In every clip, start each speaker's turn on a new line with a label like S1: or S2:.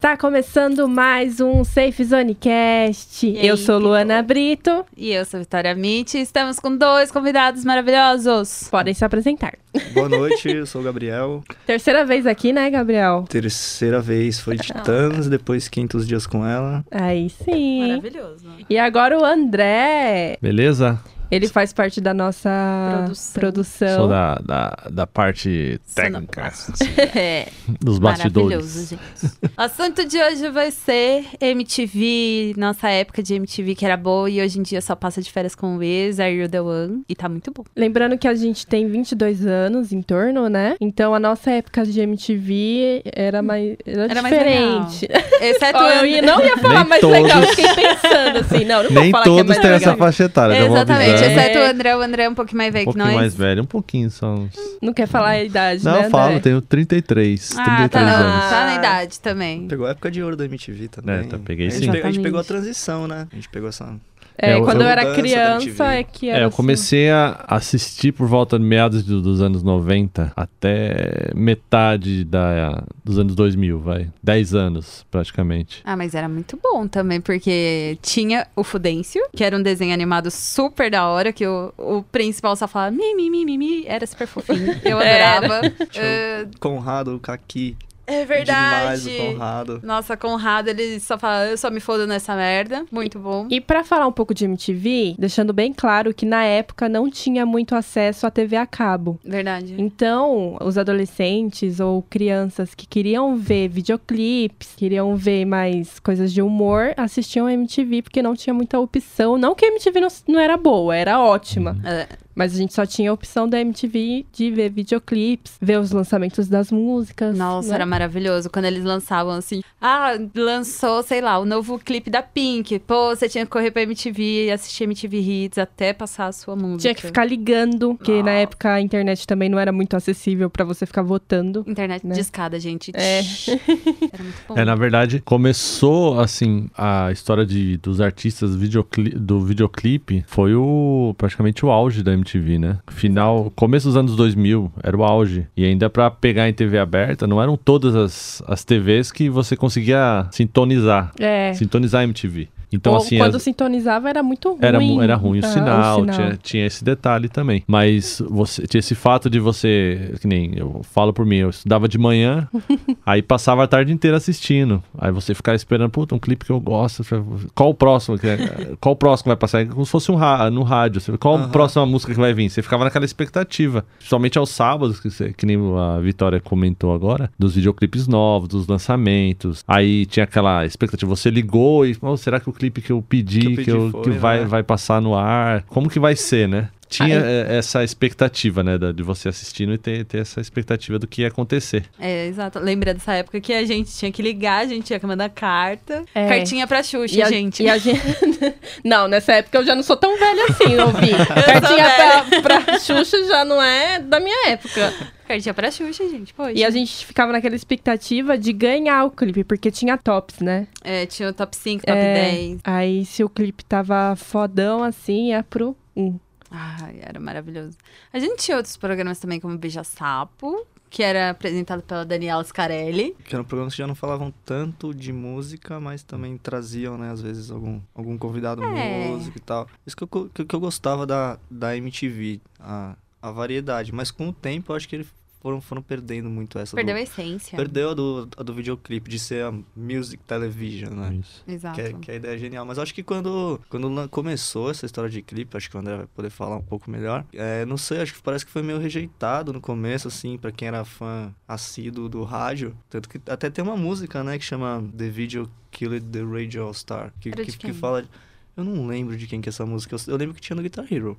S1: Tá começando mais um Safe Zone Cast.
S2: E aí,
S1: Eu sou Luana Brito.
S2: E eu sou Vitória Mitch e estamos com dois convidados maravilhosos.
S1: Podem se apresentar.
S3: Boa noite, eu sou o Gabriel.
S1: Terceira vez aqui, né, Gabriel?
S3: Terceira vez foi
S2: Ah.
S3: Titãs, depois 500 dias com ela.
S1: Aí sim.
S2: Maravilhoso.
S1: E agora o André.
S4: Beleza?
S1: Ele faz parte da nossa
S2: Produção.
S1: produção.
S4: Sou da, da, da parte técnica
S2: Sonoplástica. É,
S4: dos
S2: maravilhoso,
S4: bastidores.
S2: gente. O assunto de hoje vai ser MTV, nossa época de MTV que era boa e hoje em dia só passa de férias com o ex, Are You The One, e tá muito bom.
S1: Lembrando que a gente tem 22 anos em torno, né? Então a nossa época de MTV era mais era,
S2: Era mais É
S1: diferente.
S2: Exceto
S1: Ó, eu ia- não ia falar
S4: Nem
S1: mais legal, eu
S4: todos.
S1: fiquei pensando assim, não, não vou
S4: Nem
S1: falar que é
S4: todos
S1: mais
S4: têm essa
S1: legal.
S4: faixa etária, já vou
S2: Exatamente,
S4: avisando.
S1: é
S2: exceto o André, o André é um pouquinho mais
S4: Um
S2: velho que
S4: pouquinho
S2: nós.
S4: mais velho, um pouquinho só. Uns...
S1: Não quer falar a idade,
S4: Não,
S1: né?
S4: eu falo,
S1: André?
S4: tenho 33,
S2: Ah,
S4: 33
S2: tá, na-
S4: anos.
S2: tá na idade também.
S3: Pegou a época de ouro da MTV também.
S4: É, tá, peguei
S3: a gente
S4: sim.
S3: pegou- a gente
S2: Exatamente.
S3: pegou a transição, né? A gente pegou essa...
S1: É,
S4: É, eu-
S1: quando eu,
S4: eu-
S1: era
S3: Dança da
S1: criança
S3: MTV.
S1: é que era
S4: É, eu
S1: assim.
S4: comecei a assistir por volta de meados do- dos anos 90 até metade da, dos anos 2000, vai. 10 anos, praticamente.
S2: Ah, mas era muito bom também, porque tinha o Fudêncio, que era um desenho animado super da hora, que o, o principal só falava mi, mi, mi, mi, mi, era super fofinho. Eu
S1: Era.
S2: adorava.
S3: Tinha o Conrado, o Kaki.
S2: é
S3: Demais o
S2: Ah, verdade.
S3: Conrado.
S2: Nossa, Conrado, ele só fala, eu só me fodo nessa merda. Muito bom.
S1: E pra falar um pouco de MTV, deixando bem claro que na época não tinha muito acesso à TV a cabo.
S2: Verdade.
S1: Então, os adolescentes ou crianças que queriam ver videoclipes, queriam ver mais coisas de humor, assistiam MTV porque não tinha muita opção. Não que a MTV não, não era boa, era ótima.
S4: Uhum.
S2: É.
S1: Mas a gente só tinha a opção da MTV de ver videoclipes, ver os lançamentos das músicas.
S2: Nossa,
S1: né?
S2: era maravilhoso. Quando eles lançavam assim, ah, lançou, sei lá, o novo clipe da Pink. Pô, você tinha que correr pra MTV e assistir MTV Hits até passar a sua música.
S1: Tinha que ficar ligando, porque na
S2: Nossa.
S1: época a internet também não era muito acessível pra você ficar votando.
S2: Internet
S1: Né?
S2: de escada, gente.
S1: É.
S2: Era muito
S1: Hum.
S2: bom.
S4: É, na verdade, começou assim a história de, dos artistas videocli- do videoclipe foi o praticamente o auge da MTV, né? Final, começo dos anos 2000, era o auge. E ainda pra pegar em TV aberta, não eram todas as, as TVs que você conseguia sintonizar,
S1: É.
S4: sintonizar a MTV. Então
S1: Ou
S4: assim,
S1: quando
S4: as-
S1: sintonizava era muito ruim.
S4: era, mu- era ruim o
S1: Ah,
S4: sinal, Tinha, tinha esse detalhe também. Mas você, tinha esse fato de você, que nem eu falo por mim, eu estudava de manhã, aí passava a tarde inteira assistindo. Aí você ficava esperando, puta, um clipe que eu gosto. Qual o próximo? que é- Qual o próximo que vai passar? É Como se fosse um ra- no rádio. Você, qual a
S3: Aham.
S4: próxima música que vai vir? Você ficava naquela expectativa. Principalmente aos sábados, que, você- que nem a Vitória comentou agora, dos videoclipes novos, dos lançamentos. Aí tinha aquela expectativa. Você ligou e, "Oh, será que o clipe que eu pedi,
S3: Que
S4: que,
S3: eu pedi
S4: eu-
S3: foi,
S4: que vai,
S3: né?
S4: vai passar no ar? Como que vai ser, né? Tinha eh, essa expectativa, né, da- de você assistindo e ter, ter essa expectativa do que ia acontecer.
S2: É, exato. Lembra dessa época que a gente tinha que ligar, a gente tinha que mandar carta.
S1: É.
S2: Cartinha pra Xuxa,
S1: E a-
S2: gente.
S1: e a gente- não, nessa época eu já não sou tão velha assim, eu ouvi.
S2: velha.
S1: Cartinha pra, pra Xuxa já não é da minha época.
S2: Cartinha pra Xuxa, gente. Poxa.
S1: E a gente ficava naquela expectativa de ganhar o clipe, porque tinha tops, né?
S2: É, tinha o top 5, top
S1: É.
S2: 10.
S1: Aí se o clipe tava fodão assim, ia pro um.
S2: Ai, era maravilhoso. A gente tinha outros programas também, como Beija Sapo, que era apresentado pela Daniela Scarelli.
S3: Que eram programas que já não falavam tanto de música, mas também traziam, né? Às vezes algum, algum convidado
S2: É.
S3: músico e tal. Isso que eu, co- que, que eu gostava da, da MTV, a, a variedade. Mas com o tempo, eu acho que eles foram, foram perdendo muito essa do-
S2: Perdeu a essência.
S3: Perdeu a do, a do videoclipe, de ser a music television, né?
S4: Isso.
S2: Exato.
S3: Que, é- que a ideia é genial. Mas eu acho que quando, quando lan- começou essa história de clipe, acho que o André vai poder falar um pouco melhor. É, não sei, acho que parece que foi meio rejeitado no começo, assim, pra quem era fã assíduo do rádio. Tanto que até tem uma música, né, que chama The Video Killed the Radio All Star. Que,
S2: Era
S3: que,
S2: de
S3: que
S2: quem?
S3: fala. Eu não lembro de quem que é essa música. Eu, eu lembro que tinha no Guitar Hero.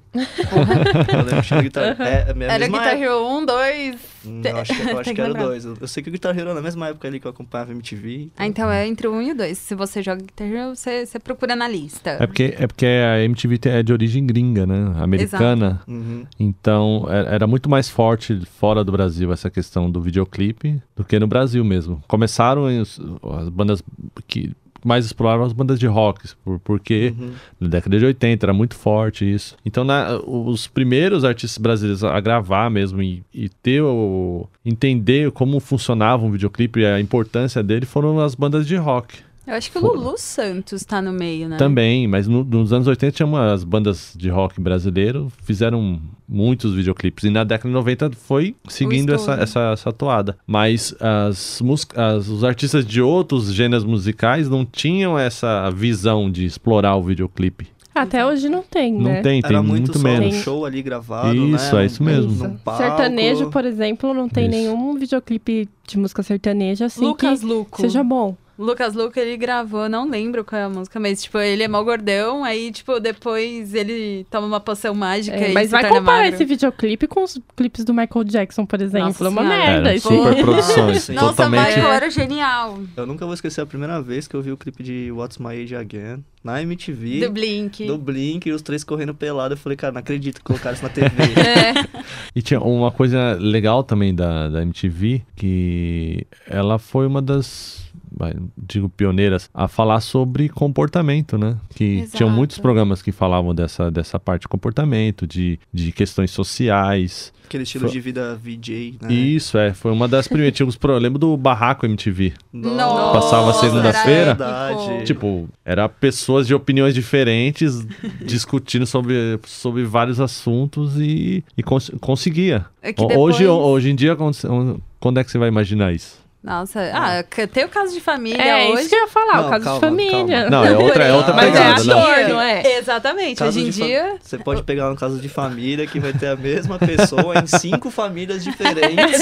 S3: eu lembro que tinha no Guitar Hero. É, é a
S2: Era
S3: mesma
S2: Guitar Hero 1, 2.
S3: Hum, Eu acho que, eu acho
S2: Tem
S3: que
S2: que
S3: era o
S2: lembrar.
S3: 2. Eu, eu sei que o Guitar Hero era na mesma época ali que eu acompanhava MTV.
S2: Ah, então é entre o 1 e o 2. Se você joga Guitar Hero, você, você procura na lista.
S4: É porque, é porque a MTV te- é de origem gringa, né? Americana.
S3: Uhum.
S4: Então, é- era muito mais forte fora do Brasil essa questão do videoclipe do que no Brasil mesmo. Começaram em os- as bandas que mais exploravam as bandas de rock, por- porque
S3: Uhum.
S4: na década de 80 era muito forte isso. Então, na- os primeiros artistas brasileiros a gravar mesmo e, e ter o. entender como funcionava um videoclipe e a importância dele foram as bandas de rock.
S3: É.
S2: Eu acho que o
S4: Pô.
S2: Lulu Santos tá no meio, né?
S4: Também, mas no- nos anos 80 tinha umas bandas de rock brasileiro, fizeram muitos videoclipes. E na década de 90 foi seguindo essa,
S2: estouro.
S4: essa, essa toada. Mas as, mus- as- os artistas de outros gêneros musicais não tinham essa visão de explorar o videoclipe.
S1: Até hoje não tem,
S4: Não
S1: né?
S4: tem, tem
S3: Era muito,
S4: muito
S3: só
S4: menos.
S3: um show ali gravado,
S4: Isso,
S3: né?
S4: é isso
S3: Num-
S4: mesmo.
S3: num palco.
S1: Sertanejo, por exemplo, não tem
S4: Isso.
S1: nenhum videoclipe de música sertaneja assim
S2: Lucas
S1: que
S2: Luco.
S1: seja bom.
S2: Lucas Luco, ele gravou, não lembro qual é a música, mas, tipo, ele é mó gordão, aí, tipo, depois ele toma uma poção mágica
S1: É,
S2: e
S1: mas
S2: se
S1: vai
S2: torna
S1: comparar
S2: magro.
S1: esse videoclipe com os clipes do Michael Jackson, por exemplo.
S2: Nossa
S1: É uma
S2: Senhora.
S1: merda.
S4: Era
S1: isso.
S4: super
S3: Ah,
S4: produções,
S3: sim.
S2: Nossa,
S4: totalmente...
S2: Michael era genial.
S3: Eu nunca vou esquecer a primeira vez que eu vi o clipe de What's My Age Again na MTV.
S2: Do Blink.
S3: Do Blink e os três correndo pelado. Eu falei, cara, não acredito que colocaram isso na TV.
S2: É,
S4: E tinha uma coisa legal também da, da MTV, que ela foi uma das, vai, digo, pioneiras a falar sobre comportamento, né? Que
S2: Exato.
S4: tinham muitos programas que falavam dessa, dessa parte de comportamento, de, de questões sociais.
S3: Aquele estilo
S4: Foi-
S3: de vida VJ, né?
S4: E isso, é, foi uma das primeiras. Tinha os pro- eu lembro do Barraco MTV.
S2: Nossa,
S4: Passava segunda-feira.
S2: era épico.
S3: Verdade.
S4: Tipo, era pessoas de opiniões diferentes discutindo sobre, sobre vários assuntos e, e cons- conseguia.
S2: é que depois...
S4: Hoje, hoje em dia, quando- quando é que você vai imaginar isso?
S2: Nossa, ah, c- tem o caso de família
S1: É,
S2: hoje.
S1: isso que eu ia falar, o
S3: Não,
S1: caso
S3: calma,
S1: de família.
S4: Não, é outra, é outra
S3: Mas é
S4: pegada,
S1: ator.
S4: não.
S1: Pior, não é?
S2: Exatamente,
S3: Caso
S2: hoje em
S3: de fa-
S2: dia...
S3: Você pode pegar um caso de família que vai ter a mesma pessoa em cinco famílias diferentes.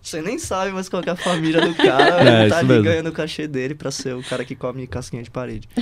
S3: Você nem sabe mais qual que é a família do cara. ele
S4: É,
S3: tá
S4: isso
S3: ali
S4: mesmo.
S3: ganhando o cachê dele pra ser o cara que come casquinha de parede.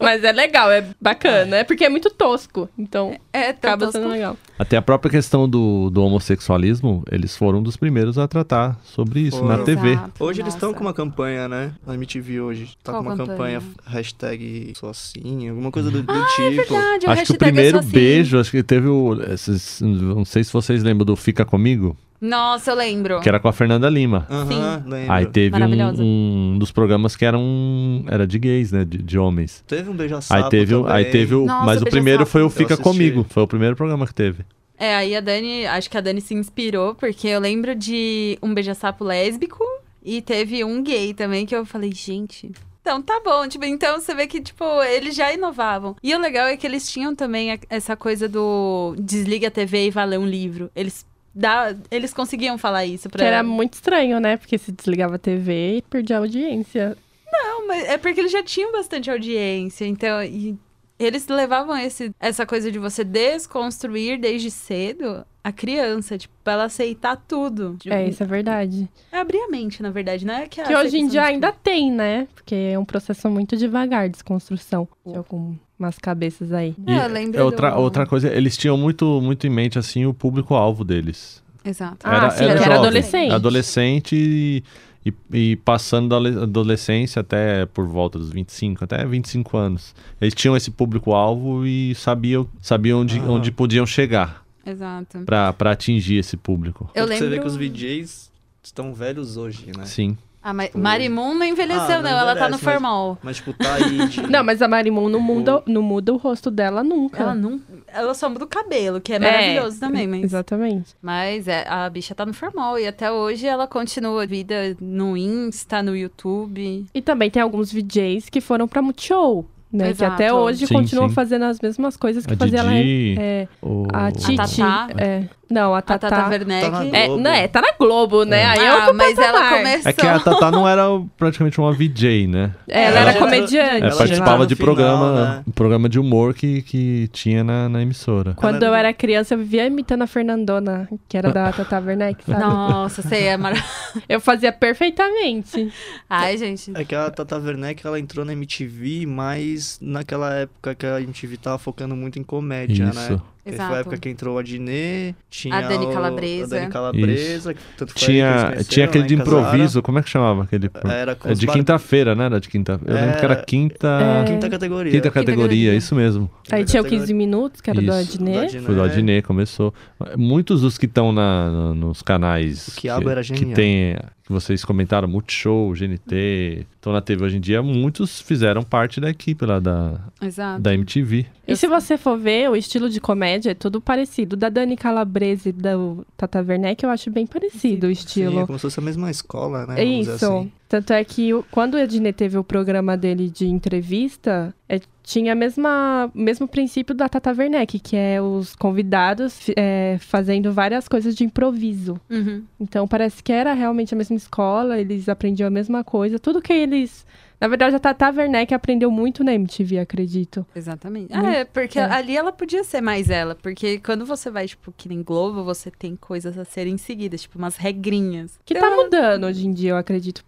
S1: Mas é legal, é bacana. É porque é muito tosco. Então
S2: É, tão
S1: acaba
S2: tosco.
S1: sendo legal.
S4: Até a própria questão do, do homossexualismo, eles foram um dos primeiros a tratar sobre isso na
S3: Foram.
S4: TV.
S2: Exato,
S3: Hoje eles estão
S2: nossa.
S3: com uma campanha, né? A MTV hoje tá
S2: Qual
S3: com uma
S2: campanha? Ah, é
S3: campanha, hashtag sou assim, alguma coisa do, do tipo.
S2: Verdade,
S4: acho que o
S2: hashtag é
S4: primeiro
S2: só assim.
S4: beijo, acho que teve o. esses- não sei se vocês lembram do Fica Comigo,
S2: Nossa, eu lembro.
S4: que era com a Fernanda Lima.
S3: Aham, lembro.
S4: Aí teve
S2: Maravilhosa.
S4: um, um dos programas que era um. Era de gays, né? De, de homens.
S3: Teve um beijo-sapo
S4: Aí teve, o- aí
S3: também.
S4: teve um- o.
S2: Nossa,
S4: mas o
S2: Beija
S4: primeiro
S2: Sapo.
S4: foi o
S3: Eu
S4: Fica
S3: assisti.
S4: Comigo. Foi o primeiro programa que teve.
S2: É, aí a Dani, acho que a Dani se inspirou, porque eu lembro de um beija-sapo lésbico e teve um gay também, que eu falei, gente. Então tá bom, tipo, então você vê que, tipo, eles já inovavam. E o legal é que eles tinham também a- essa coisa do desliga a TV e vá ler um livro. Eles, dá, eles conseguiam falar isso pra
S1: Que era muito estranho, né? Porque se desligava a TV e perdia a audiência.
S2: Não, mas é porque eles já tinham bastante audiência, então. e eles levavam esse, essa coisa de você desconstruir desde cedo a criança, tipo, pra ela aceitar tudo. Tipo,
S1: É, isso é verdade.
S2: é abrir a mente, na verdade, não é que a
S1: Que hoje em dia
S2: aceitação de
S1: ainda tem, né? Porque é um processo muito devagar de desconstrução. De algumas cabeças aí.
S2: tudo. É, eu lembro
S4: outra,
S2: do-
S4: outra coisa, eles tinham muito, muito em mente, assim, o público-alvo deles.
S2: Exato.
S1: Ah,
S4: Era-
S1: sim,
S4: era
S1: porque
S4: jovem.
S1: adolescente.
S4: adolescente e, e- e passando da ale- adolescência até por volta dos 25, até 25 anos. Eles tinham esse público-alvo e sabiam, sabiam onde,
S3: Aham.
S4: onde podiam chegar
S2: Exato.
S4: pra pra atingir esse público.
S2: Eu
S3: Tanto que Você vê
S2: lembro.
S3: que os VJs estão velhos hoje, né?
S4: Sim.
S2: A Ma- Ah, Marimun não envelheceu,
S3: Ah,
S2: não,
S3: não
S2: ela tá no
S3: envelhece, mas-
S2: formal.
S3: Mas, tipo, tá aí de...
S1: Não, mas a Marimun não muda, não muda o rosto dela nunca.
S2: Ela não. Ela só muda o cabelo, que é maravilhoso também, mas.
S1: Exatamente.
S2: Mas é, a bicha tá no formal e até hoje ela continua a vida no Insta, no YouTube.
S1: E também tem alguns VJs que foram pra Multishow, né? Que
S2: Exato.
S1: até hoje
S4: Sim,
S1: continuam
S4: sim.
S1: fazendo as mesmas coisas que
S4: A
S1: fazia lá.
S4: Didi,
S1: É,
S4: o-
S1: a Titi.
S2: Tatá.
S1: é. Não, a
S2: A
S1: Tata.
S2: Tata Werneck.
S3: Tá na-
S1: é,
S3: Globo.
S1: não, é, tá na Globo, né? Aí é
S2: ah,
S1: outro
S2: mas ela
S1: patamar.
S2: começou.
S4: É que a Tatá não era praticamente uma VJ, né?
S1: Ela,
S4: Ela
S1: era
S4: já-
S1: comediante.
S4: É,
S3: Ela já
S4: participava
S3: tá no
S4: de
S3: final,
S4: programa,
S3: né?
S4: um programa de humor que, que tinha na, na emissora.
S1: Quando
S3: Ela-
S1: eu era criança, eu vivia imitando a Fernandona, que era da Tata Werneck, sabe?
S2: Nossa, você é maravilhosa.
S1: Eu fazia perfeitamente.
S2: Ai, gente.
S3: É que a Tata Werneck, ela entrou na MTV, mas naquela época que a MTV tava focando muito em comédia,
S4: Isso.
S3: né? Que Foi a
S2: Exato.
S3: época que entrou a Diné, tinha
S2: A Dani
S3: o-
S2: Calabresa.
S3: a Dani Calabresa, que tanto foi aí que eles
S4: Tinha,
S3: conheceram,
S4: tinha aquele
S3: né,
S4: de
S3: casaram.
S4: improviso, como é que chamava aquele? pro-
S3: Era com
S4: É
S3: os
S4: de
S3: bar-
S4: quinta-feira, né? Era de quinta. Eu lembro que era
S3: É.
S4: quinta.
S3: Quinta categoria.
S2: categoria.
S4: Quinta categoria, isso mesmo.
S1: Aí tinha o 15
S3: categoria.
S1: minutos, que era do
S4: Isso.
S1: Adnet.
S3: Da
S4: Né? Foi o
S3: Diné.
S4: Adnet, começou. Muitos dos que estão na, no- nos canais
S3: O Quiabo era
S4: que
S3: genial.
S4: tem, que vocês comentaram, Multishow, GNT, estão na TV hoje em dia, muitos fizeram parte da equipe lá da,
S2: Exato.
S4: da MTV.
S1: E
S2: Eu
S1: se
S2: sei.
S1: você for ver, o estilo de comédia é tudo parecido. Da Dani Calabrese e da Tata Werneck, eu acho bem parecido o
S3: Sim, é
S1: estilo.
S3: como se fosse a mesma escola, né?
S1: É
S3: Vamos dizer
S1: isso.
S3: assim.
S1: Tanto é que o- quando o Ednei teve o programa dele de entrevista, é, tinha a mesma- o mesmo princípio da Tata Werneck, que é os convidados fi- é, fazendo várias coisas de improviso.
S2: Uhum.
S1: Então parece que era realmente a mesma escola, eles aprendiam a mesma coisa. Tudo que eles. Na verdade, a Tata Werneck aprendeu muito na MTV, acredito.
S2: Exatamente.
S1: Muito-
S2: É, porque
S1: é.
S2: ali ela podia ser mais ela. Porque quando você vai, tipo, que nem Globo, você tem coisas a serem seguidas, tipo, umas regrinhas.
S1: Que tá mudando hoje em dia, eu acredito.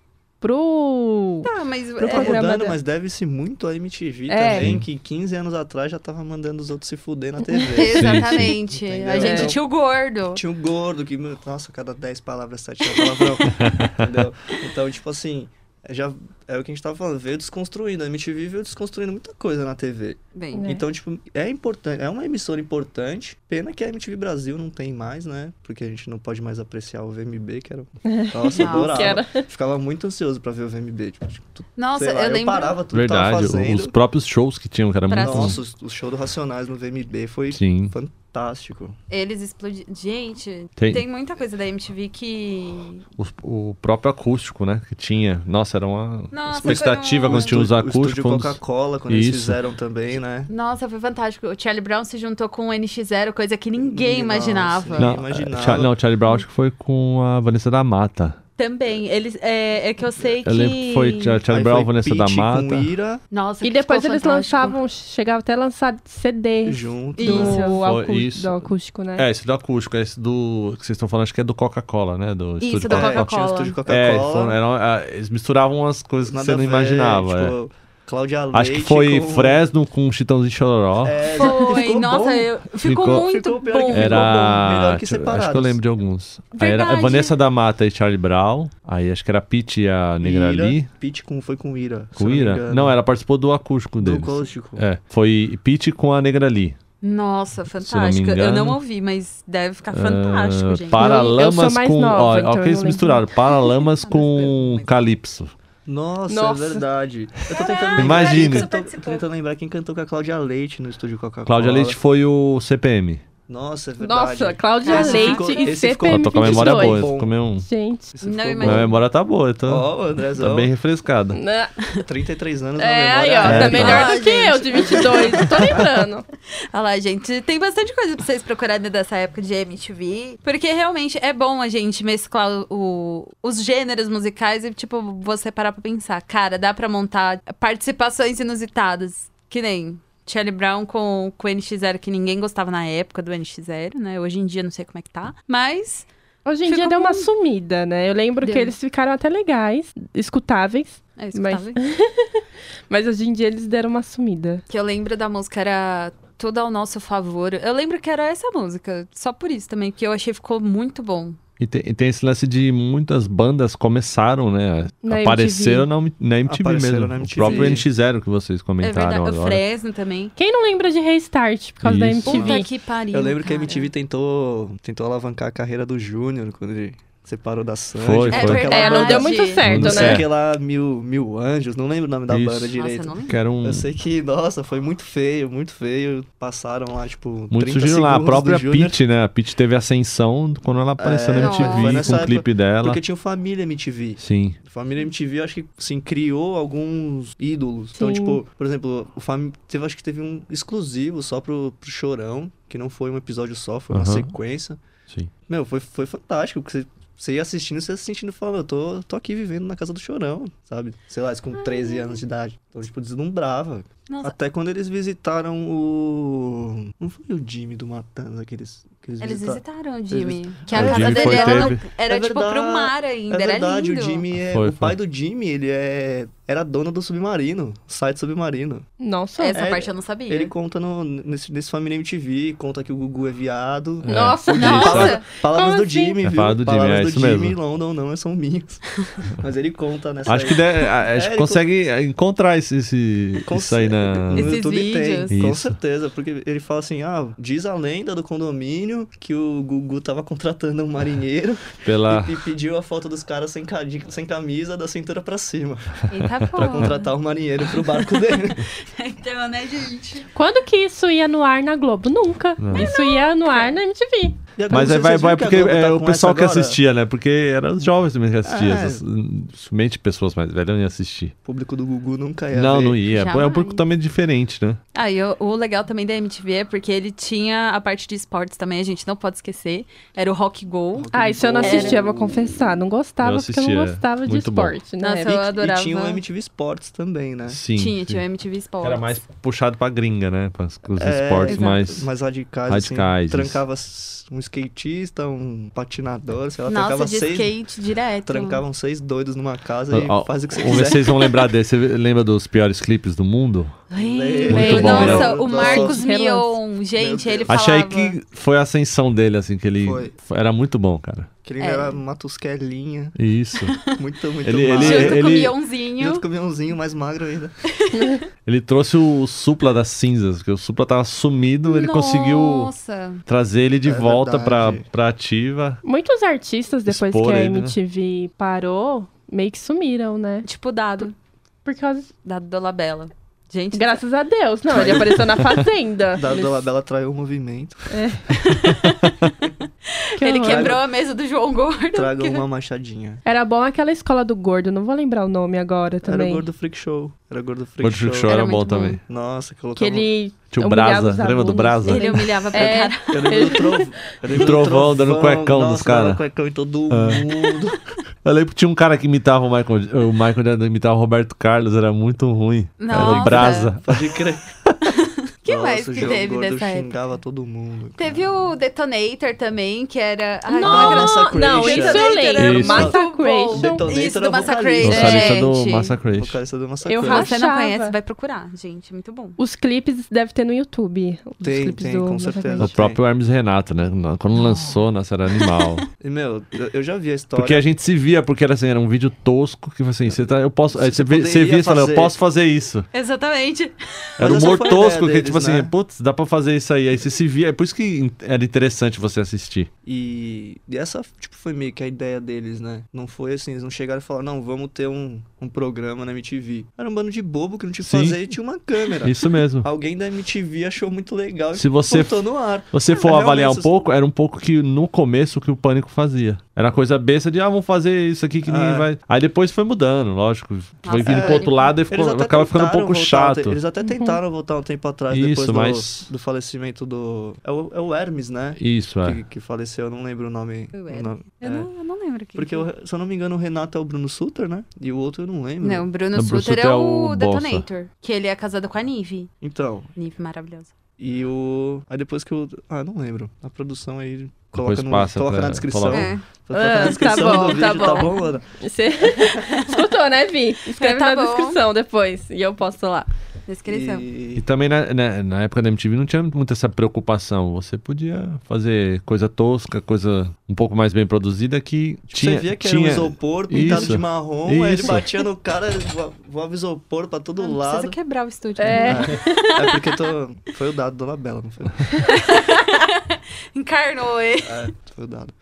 S1: Pro.
S2: Tá, mas.
S1: Pro
S3: Tá
S1: programa
S3: mudando,
S1: da-
S3: mas deve-se muito à MTV
S1: É.
S3: também,
S4: Sim.
S3: que 15 anos atrás já tava mandando os outros se fuder na TV.
S2: Exatamente.
S3: Entendeu?
S2: A gente
S1: É.
S2: tinha o gordo.
S3: Tinha o gordo que, meu, nossa, cada 10 palavras tá tinha palavrão. entendeu? Então, tipo assim, já é o que a gente tava falando, veio desconstruindo. A MTV veio desconstruindo muita coisa na TV.
S2: Bem.
S1: É.
S3: Então, tipo, é importante, é uma emissora importante. Pena que a MTV Brasil não tem mais, né? Porque a gente não pode mais apreciar o VMB, que era. Nossa, eu adorava.
S1: Que era-
S3: Ficava muito ansioso pra ver o VMB. Tipo, tu-
S2: Nossa,
S3: sei lá,
S2: eu
S3: eu,
S2: lembro.
S3: parava tudo que tava
S4: Verdade,
S3: fazendo.
S4: os próprios shows que tinham, que era
S2: Pra-
S4: muito...
S3: Nossa, o- o show do Racionais no VMB foi
S4: Sim.
S3: fantástico.
S2: Eles explodiram. Gente,
S4: Tem.
S2: tem. muita coisa da MTV que.
S4: Os- o próprio acústico, né? Que tinha. Nossa, era uma
S2: Nossa,
S4: expectativa
S2: foi um-
S4: quando tinha os
S3: estúdio- O estúdio
S4: acústicos.
S3: Coca-Cola, quando eles
S4: Isso.
S3: fizeram também, né?
S2: Nossa, foi fantástico. O Charlie Brown se juntou com o NX0, coisa que ninguém
S3: Nossa,
S2: imaginava.
S3: ninguém
S4: Não,
S3: imaginava.
S4: Cha- não, Charlie Brown acho que foi com a Vanessa da Mata.
S2: Também. Eles, é, é que eu sei que.
S4: Eu lembro que foi Cha- Charlie
S3: Aí
S4: Brown,
S3: foi
S4: Vanessa da
S3: Pitty
S4: Mata.
S3: com Ira
S2: Nossa,
S1: E
S2: que
S1: depois
S2: ficou
S1: eles
S2: fantástico.
S1: lançavam, chegava até a lançar CD
S3: junto.
S1: do,
S2: Isso.
S1: acú-
S4: Foi isso.
S1: do acústico, né?
S4: É, esse do acústico, esse do que vocês estão falando, acho que é do Coca-Cola, né? Do
S2: Isso,
S4: estúdio
S2: do
S3: É,
S2: Coca-Cola.
S3: tinha o estúdio
S4: É, foram-
S3: Coca-Cola.
S4: eram- ah, eles misturavam umas coisas que
S3: nada
S4: você
S3: a
S4: não
S3: ver,
S4: imaginava. é.
S3: tipo, Cláudia Leite
S4: Acho que foi
S3: com...
S4: Fresno com Chitãozinho Chororó.
S3: É,
S2: Foi,
S3: ficou
S2: nossa,
S3: bom.
S2: eu... ficou,
S4: Ficou-
S2: muito
S3: ficou pior que
S2: bom.
S3: ficou. bom,
S4: Era.
S3: melhor que
S4: deixa eu- acho
S3: separados.
S4: que eu lembro de alguns. Aí era
S2: Verdade.
S4: Vanessa da Mata e Charlie Brown. Aí acho que era Pete e a Negra
S3: Ira,
S4: Lee.
S3: Pitty com, foi com Ira. se
S4: Com
S3: eu não me
S4: Ira?
S3: engano.
S4: Não, ela participou do acústico
S3: Do tipo.
S4: deles.
S3: acústico.
S4: É, foi Pete com a Negra Lee.
S2: Nossa, fantástico. eu
S4: engano.
S2: não ouvi, mas deve ficar fantástico,
S4: Ah,
S2: gente.
S4: Paralamas
S1: Eu- eu sou mais
S4: com.
S1: nova,
S4: ó,
S1: então
S4: ó,
S1: eu
S4: que eles
S1: não lembro.
S4: misturaram. Paralamas com Calypso.
S3: Nossa,
S1: Nossa.
S3: é verdade. Eu tô tentando lembrar
S4: Imagine.
S3: quem
S4: Você
S3: cantou-
S2: participou.
S3: tô tentando lembrar quem cantou com a Cláudia Leite no estúdio Coca-Cola.
S4: Cláudia Leite foi o CPM.
S3: Nossa, é verdade.
S1: Nossa, Cláudia
S2: Esse
S1: Leite
S3: ficou-
S1: e
S3: esse ficou-
S4: Ó, tô com a memória boa.
S1: CPM22.
S3: Bom.
S4: Tô com meu-
S1: Gente.
S3: Isso
S2: Não,
S3: ficou
S2: imagina.
S4: Minha memória tá boa, eu
S3: bom.
S4: tô,
S3: Ó, então. o
S4: tá
S3: Andrezão,
S4: bem refrescada.
S1: né?
S3: 33 anos
S1: É,
S3: na
S1: aí,
S3: memória.
S1: ó.
S4: É,
S1: tá
S4: tá.
S1: melhor
S2: Ah,
S1: do que eu, de 22. Tô lembrando.
S2: Olha lá, gente. Tem bastante coisa pra vocês procurarem dessa época de MTV. Porque realmente é bom a gente mesclar o- os gêneros musicais e, tipo, você parar pra pensar. Cara, dá pra montar participações inusitadas. Que nem. Charlie Brown com, com o NX0, que ninguém gostava na época do NX0, né? Hoje em dia não sei como é que tá. Mas.
S1: Hoje em
S2: Ficou
S1: dia deu uma
S2: com-
S1: sumida, né? Eu lembro que
S2: Deu.
S1: eles ficaram até legais, escutáveis,
S2: É isso que eu
S1: Mas-
S2: tava
S1: mas hoje em dia eles deram uma sumida.
S2: que eu lembro da música era Tudo ao Nosso Favor. Eu lembro que era essa música, só por isso também, que eu achei ficou muito bom.
S4: E tem, e tem esse lance de muitas bandas começaram, né?
S1: Na
S4: apareceram na, na MTV
S3: Apareceram
S4: mesmo.
S3: na
S4: O
S3: MTV.
S4: próprio NX0 que vocês
S2: É verdade,
S4: comentaram
S2: o
S4: agora.
S2: Fresno também.
S1: Quem não lembra de Restart por causa da
S4: Isso.
S1: MTV?
S2: Puta que pariu,
S3: Eu lembro que a
S2: cara.
S3: MTV tentou, tentou alavancar a carreira do Júnior quando ele separou da Sandy.
S4: Foi,
S3: Então
S4: foi.
S3: aquela
S2: verdade.
S1: É, não
S3: banda-
S1: deu muito
S2: Verdade.
S1: certo,
S4: Não
S3: Não
S1: né?
S4: deu
S3: sei
S4: certo.
S3: aquela Mil, Mil Anjos, não lembro o nome da
S4: Isso.
S3: banda
S2: Nossa, eu
S3: direito.
S2: não lembro.
S4: Que era um,
S3: Eu sei que, nossa, foi muito feio, muito feio. Passaram lá, tipo,
S4: Muitos
S3: 30
S4: surgiram lá. A
S3: segundos
S4: própria
S3: do Júnior.
S4: Peach, né? A Peach teve ascensão quando ela apareceu
S3: É,
S4: na
S2: não, foi
S4: MTV
S3: nessa
S4: com o clipe dela.
S3: Porque tinha o Família MTV.
S4: Sim.
S3: Família MTV, eu acho que, assim, criou alguns ídolos. Então,
S1: Sim.
S3: tipo, por exemplo, o Fam... teve, acho que teve um exclusivo só pro, pro Chorão, que não foi um episódio só, foi uma
S4: Aham.
S3: sequência.
S4: Sim.
S3: Meu, foi, foi fantástico, porque você, você ia assistindo, você ia se sentindo, falando, eu tô, tô aqui vivendo na casa do Chorão, sabe? Sei lá, isso com 13 anos de idade. Então, tipo, deslumbrava.
S2: Nossa.
S3: Até quando eles visitaram o... Não foi o Jimmy do Matanza que eles, que Ah, eles
S2: Eles
S3: visitaram?
S2: visitaram o
S3: Eles
S2: Jimmy. Que
S4: O
S2: a casa
S4: Jimmy
S2: dele
S4: foi,
S2: era, no-
S4: teve.
S2: era
S3: É
S2: tipo pro
S3: verdade.
S2: mar ainda.
S3: É
S2: era
S3: verdade,
S2: lindo.
S3: o Jimmy é...
S4: Foi,
S3: o
S4: foi.
S3: pai do Jimmy, ele é... Era dono do Submarino, site Submarino.
S1: Nossa.
S2: Essa
S3: É,
S2: parte eu não sabia.
S3: Ele conta no, nesse, nesse Família MTV, conta que o Gugu é viado.
S4: É.
S1: Nossa,
S2: Nossa!
S3: Palavras
S1: Como
S3: do
S1: assim?
S3: Jimmy,
S4: É,
S3: viu?
S4: fala do Jimmy,
S3: Palavras
S4: é
S3: do
S4: isso
S3: Jimmy,
S4: mesmo.
S3: London não são minhas. Mas ele conta nessa
S4: Acho que, de- a- a gente
S3: É, ele
S4: consegue encontrar esse, esse-
S3: Conse-
S4: isso aí na Ah.
S3: no
S2: Esses
S3: YouTube
S2: vídeos.
S3: tem, com
S4: Isso.
S3: certeza. Porque ele fala assim, ah, diz a lenda do condomínio que o Gugu tava contratando um marinheiro
S4: Pela.
S3: e, e pediu a foto dos caras sem, ca- de- sem camisa, da cintura pra cima,
S2: Eita
S3: pra
S2: porra.
S3: contratar o marinheiro pro barco dele.
S2: Então, né, gente?
S1: Quando que isso ia no ar na Globo? Nunca.
S4: Não.
S1: Isso ia no ar na MTV.
S3: E agora,
S4: Mas
S3: não
S4: aí
S3: sei
S4: vai,
S3: se vocês
S4: vai,
S3: viram
S4: porque
S3: a Globo
S4: é
S3: tá
S4: o
S3: com
S4: pessoal
S3: essa
S4: que
S3: agora.
S4: assistia, né? Porque eram os jovens também que assistiam.
S3: É.
S4: essas- hum, Somente pessoas mais velhas não iam assistir.
S3: O público do Gugu nunca ia
S4: não,
S3: ver.
S4: não ia. Pô, É um
S2: Jamais.
S4: pouco também diferente, né?
S2: Ah, e o, o legal também da MTV é porque ele tinha a parte de esportes também, a gente não pode esquecer. Era o Rock Go.
S1: Ah, isso eu não
S2: Era.
S1: assistia, vou confessar. Não gostava,
S4: Eu
S1: porque eu
S4: assistia.
S1: não gostava de
S4: Muito bom.
S1: esporte, né?
S2: Nossa,
S3: E,
S2: Eu
S3: e
S2: adorava.
S3: tinha um o MTV Sports também, né?
S4: Sim.
S2: tinha,
S4: sim.
S2: tinha o MTV Sports.
S4: Era mais puxado pra gringa, né? Para os
S3: É,
S4: esportes
S2: exato.
S4: mais.
S3: mais radicais,
S4: Radicais,
S3: assim,
S4: isso.
S3: trancava s- um skatista, um patinador, sei lá,
S2: Nossa,
S3: trancava
S2: de
S3: seis,
S2: skate direto.
S3: trancavam seis doidos numa casa e
S4: Ó,
S3: faz o que você
S4: Vamos ver
S3: quiser.
S4: se vocês vão lembrar desse. Você lembra dos piores clipes do mundo?
S2: Lembro.
S4: Muito bom,
S2: Nossa,
S3: né?
S2: o Marcos
S1: Nossa.
S2: Mion,
S3: Deus.
S2: gente, ele falava...
S4: Achei que foi a ascensão dele, assim, que ele.
S3: Foi.
S4: Era muito bom, cara.
S3: Que ele
S2: É.
S3: era uma tusquelinha,
S4: Isso.
S3: muito, muito
S4: Ele- é-
S3: magro.
S4: ele-
S2: Junto
S4: ele-
S2: com o Mionzinho.
S3: Junto com o Mionzinho, um mais magro ainda.
S4: ele trouxe o Supla das cinzas, porque o Supla tava sumido, ele conseguiu
S2: Nossa.
S4: trazer ele de
S3: É
S4: volta pra,
S3: verdade.
S4: pra ativa.
S1: Muitos artistas, depois que
S4: Expor
S1: a
S4: ele, né?
S1: MTV parou, meio que sumiram, né?
S2: Tipo dado.
S1: Por causa.
S2: Dado da Labela. Gente,
S1: Graças a Deus. Não, ele apareceu na Fazenda.
S3: Da Dolabella traiu o um movimento.
S1: Que
S2: ele
S1: horror.
S3: quebra-
S2: quebrou a mesa do João Gordo.
S3: Traga
S2: que-
S3: uma machadinha.
S1: Era bom aquela escola do gordo, não vou lembrar o nome agora
S3: Era o
S1: também.
S3: Gordo Freak Show. Era o Gordo Freak
S4: Quando o
S3: Show.
S4: Chico Show
S2: Era
S4: era bom
S2: muito bom.
S4: também.
S3: Nossa,
S1: Que
S3: colocava...
S1: ele.
S4: Tinha o
S1: humilhava os
S4: Brasa, lembra do
S1: alunos.
S4: Brasa?
S2: Ele humilhava pra
S1: É.
S2: caralho.
S3: Eu lembro do trovo. Eu lembro do
S4: Trovão, dando um cuecão nos
S3: Nossa, dando um
S4: cara.
S3: cuecão em todo
S4: É.
S3: mundo.
S4: Eu lembro que tinha um cara que imitava o Michael. O Michael Jackson imitava o Roberto Carlos, era muito ruim. Era o
S2: Nossa.
S4: Brasa.
S3: Pode crer.
S2: Que
S3: Nossa,
S2: mais
S3: o
S2: que
S3: João
S2: teve
S3: Gordo
S2: dessa época?
S3: xingava todo mundo. cara.
S2: Teve o Detonator também, que era... Ai, como é que era o nome?
S1: Não,
S3: Massacration.
S1: não, isso eu
S2: Detonator
S1: lembro.
S4: Isso.
S1: Massacration.
S3: Detonator
S2: Isso,
S3: era
S2: do Massacration.
S3: vocalista.
S4: Socialista do
S2: Gente.
S3: O
S4: Massacration.
S3: cara do nossa
S1: Eu
S2: Se
S3: coisa.
S1: rachava.
S2: você não conhece, vai procurar, gente. é Muito bom.
S1: Os clipes deve ter no YouTube. Os
S3: Tem,
S1: clipes
S3: tem,
S1: do
S3: com
S1: Massa
S3: certeza.
S4: O
S1: Grande.
S4: próprio Hermes Renato, né? Quando lançou, nossa, era animal.
S3: E, meu, eu- eu já vi a história.
S4: Porque a gente se via, porque era assim, era um vídeo tosco que assim, você tá, eu posso. Aí você,
S3: Você
S4: vê- você
S3: poderia
S4: via e fala, eu
S3: fazer.
S4: posso fazer isso.
S2: Exatamente.
S4: Era um
S3: essa
S4: humor
S3: foi a ideia
S4: tosco que,
S3: deles,
S4: tipo assim,
S3: né?
S4: putz, dá pra fazer isso aí. Aí você se via. É por isso que in- era interessante você assistir.
S3: E, e essa, tipo, foi meio que a ideia deles, né? Não foi assim, eles não chegaram e falaram, não, vamos ter um, um programa na MTV. Era um bando de bobo que não tinha o que
S4: Sim.
S3: fazer e tinha uma câmera.
S4: Isso mesmo.
S3: Alguém da MTV achou muito legal
S4: Se
S3: e
S4: você
S3: botou no ar.
S4: você
S3: É,
S4: for
S3: realmente,
S4: avaliar um
S3: isso-
S4: pouco, era um pouco que no começo que o pânico fazia. Era coisa besta de, ah, vamos fazer isso aqui que ninguém
S3: É.
S4: vai. Aí depois foi mudando, lógico. Foi
S2: Nossa,
S4: vindo
S3: é.
S4: pro outro lado e
S3: Eles
S4: ficou,
S3: até
S4: acaba ficando um
S3: tentaram
S4: pouco
S3: voltar
S4: chato.
S3: te- Eles
S2: Uhum.
S3: até tentaram voltar um tempo atrás,
S4: Isso,
S3: depois do,
S4: mas-
S3: do falecimento do... É o, é o Hermes, né?
S4: Isso, é.
S3: Que, que faleceu, eu não lembro o nome.
S2: Foi o
S3: o
S2: Hermes.
S3: nome-
S2: Eu,
S3: é.
S2: não, eu não lembro quem.
S3: Porque,
S2: que-
S3: o- se eu não me engano, o Renato é o Bruno Suter, né? E o outro eu não lembro.
S2: Não, o Bruno
S4: Não, Bruno
S2: Sutter é
S4: Sutter é
S2: o
S4: o
S2: Detonator. Que ele é casado com a Nive.
S3: Então,
S2: Nive maravilhosa.
S3: e o... Aí depois que o... Ah, não lembro. A produção aí...
S4: Depois
S3: Coloca, no,
S4: passa
S3: coloca
S4: pra-
S3: na descrição.
S4: coloca.
S2: É.
S3: Coloca na
S1: Ah, tá
S3: descrição
S1: bom,
S3: do vídeo,
S1: tá bom.
S3: Ana?
S1: Você escutou, né, Vi? Escreve
S2: Tá
S1: na
S2: bom.
S1: descrição depois e eu posto lá.
S2: Descrição.
S4: E
S3: E...
S4: também na, na- na época da MTV não tinha muito essa preocupação. Você podia fazer coisa tosca, coisa um pouco mais bem produzida que
S3: Tipo,
S4: tinha.
S3: você via que
S4: tinha...
S3: era um isopor pintado
S4: Isso.
S3: de marrom, aí ele
S4: Isso.
S3: batia no cara, voa- voava isopor pra todo
S2: Ah, não
S3: lado.
S2: precisa quebrar o estúdio.
S3: É.
S1: É.
S2: né?
S3: é porque tô... foi o dado Dona Bela, não foi?
S2: Encarnou ele.
S3: É, foi o dado.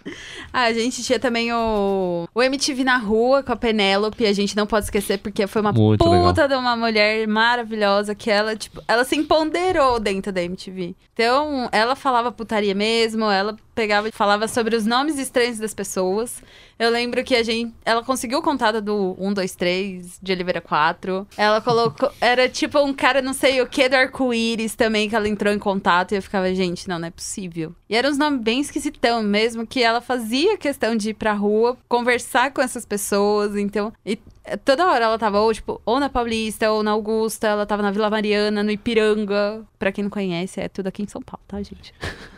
S2: Ah, a gente tinha também o, o MTV na rua com a Penélope. A gente não pode esquecer porque foi uma
S4: Muito
S2: puta de uma mulher maravilhosa que ela, tipo, ela se empoderou dentro da MTV. Então, ela falava putaria mesmo, ela pegava e falava sobre os nomes estranhos das pessoas. Eu lembro que a gente. Ela conseguiu o contato do 1, 2, 3, de Oliveira 4. Ela colocou. Era tipo um cara, não sei o que, do arco-íris também, que ela entrou em contato e eu ficava, gente, não, não é possível. E eram uns nomes bem esquisitão mesmo, que ela fazia questão de ir pra rua, conversar com essas pessoas, então. E eh, toda hora ela tava, ou, tipo, ou na Paulista, ou na Augusta, ela tava na Vila Mariana, no Ipiranga. Pra quem não conhece, é tudo aqui em São Paulo, tá, gente?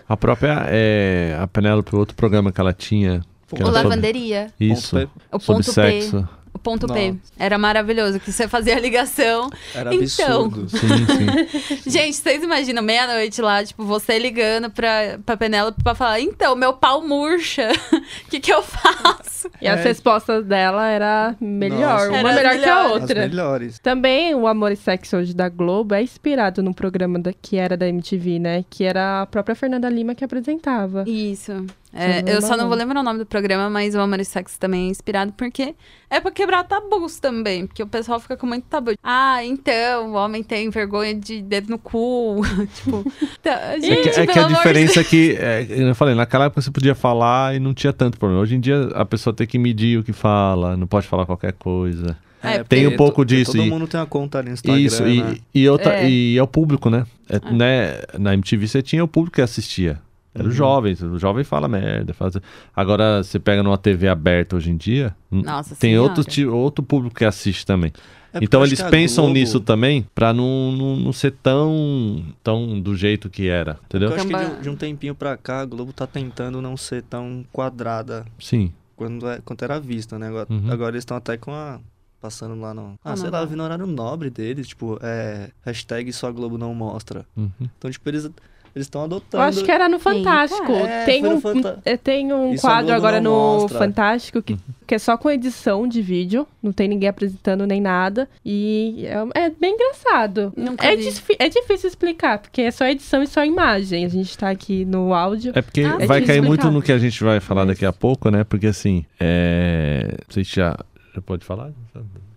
S4: A própria. é, a Penélope, outro programa que ela tinha. que
S2: O
S4: era sobre-
S2: Lavanderia,
S4: Isso.
S3: Ponto
S2: o
S4: Sobre
S2: Ponto P.
S4: sexo.
S2: O Ponto P. Era maravilhoso, que você fazia a ligação.
S3: P. Era
S2: Então.
S3: absurdo.
S4: Sim, sim.
S2: Gente, vocês imaginam meia-noite lá, tipo, você ligando pra, pra Penélope pra falar: então, meu pau murcha, o que, que eu faço? isso.
S1: E as
S3: É.
S1: respostas dela era melhor,
S3: Nossa.
S1: uma
S2: Era as
S1: melhor que a
S2: melhores.
S3: As
S1: outra.
S3: melhores.
S1: Também o Amor e Sexo hoje da Globo é inspirado num programa da- que era da MTV, né? Que era a própria Fernanda Lima que apresentava.
S2: Isso.
S1: Você
S2: É,
S1: não
S2: eu só
S1: lembra,
S2: não
S1: não.
S2: vou lembrar o nome do programa, mas o Amor e Sexo também é inspirado, porque é pra quebrar tabus também. Porque o pessoal fica com muito tabu. Ah, então, o homem tem vergonha de dedo no cu. tipo, tá, gente,
S4: É que, é que a
S2: pelo amor de
S4: diferença é que, é, eu falei, naquela época você podia falar e não tinha tanto problema. Hoje em dia a pessoa tem que medir o que fala, não pode falar qualquer coisa.
S2: É,
S3: porque
S4: tem um pouco
S3: to- porque
S4: disso
S3: Todo
S4: e-
S3: mundo tem uma conta ali no Instagram.
S4: Isso, e,
S3: né?
S4: e, outra-
S2: É.
S4: e é o público, né? É, né? Na MTV você tinha o público que assistia. Era o
S3: Uhum.
S4: jovem, o jovem fala merda. Faz... Agora você pega numa TV aberta hoje em dia, n-
S2: Nossa
S4: tem
S2: Senhora.
S4: outro, tipo ti- outro público que assiste também.
S3: É porque
S4: então
S3: eu acho
S4: eles
S3: que a
S4: pensam
S3: Globo-
S4: nisso também pra não, não, não ser tão, tão do jeito que era, entendeu?
S3: Eu acho que de,
S2: Também.
S3: um- de um tempinho pra cá, a Globo tá tentando não ser tão quadrada
S4: Sim.
S3: quando é- quanto era vista, né? Agora,
S4: Uhum.
S3: agora eles estão até com a. Passando lá no. Ah,
S2: Ah,
S3: sei
S2: não,
S3: lá, eu
S2: não.
S3: vi no horário nobre deles, tipo, é. Hashtag só a Globo não mostra.
S4: Uhum.
S3: Então, tipo, eles estão
S1: Eu
S3: adotando.
S1: acho que era no Fantástico.
S3: É,
S1: tem,
S3: foi no
S1: um,
S3: Fanta-
S1: é, tem um
S3: Isso a
S1: quadro
S3: Globo
S1: agora
S3: não
S1: no
S3: mostra. Uhum.
S1: Fantástico que, que é só com edição de vídeo. Não tem ninguém apresentando nem nada. E é, é bem engraçado.
S2: Nunca
S1: É,
S2: vi.
S1: disfi- é difícil explicar, porque é só edição e só imagem. A gente tá aqui no áudio.
S4: É porque
S2: Ah,
S1: é
S4: vai
S1: difícil
S4: cair muito
S1: explicar.
S4: no que a gente vai falar daqui a pouco, né? Porque assim, é... vocês já, já pode falar?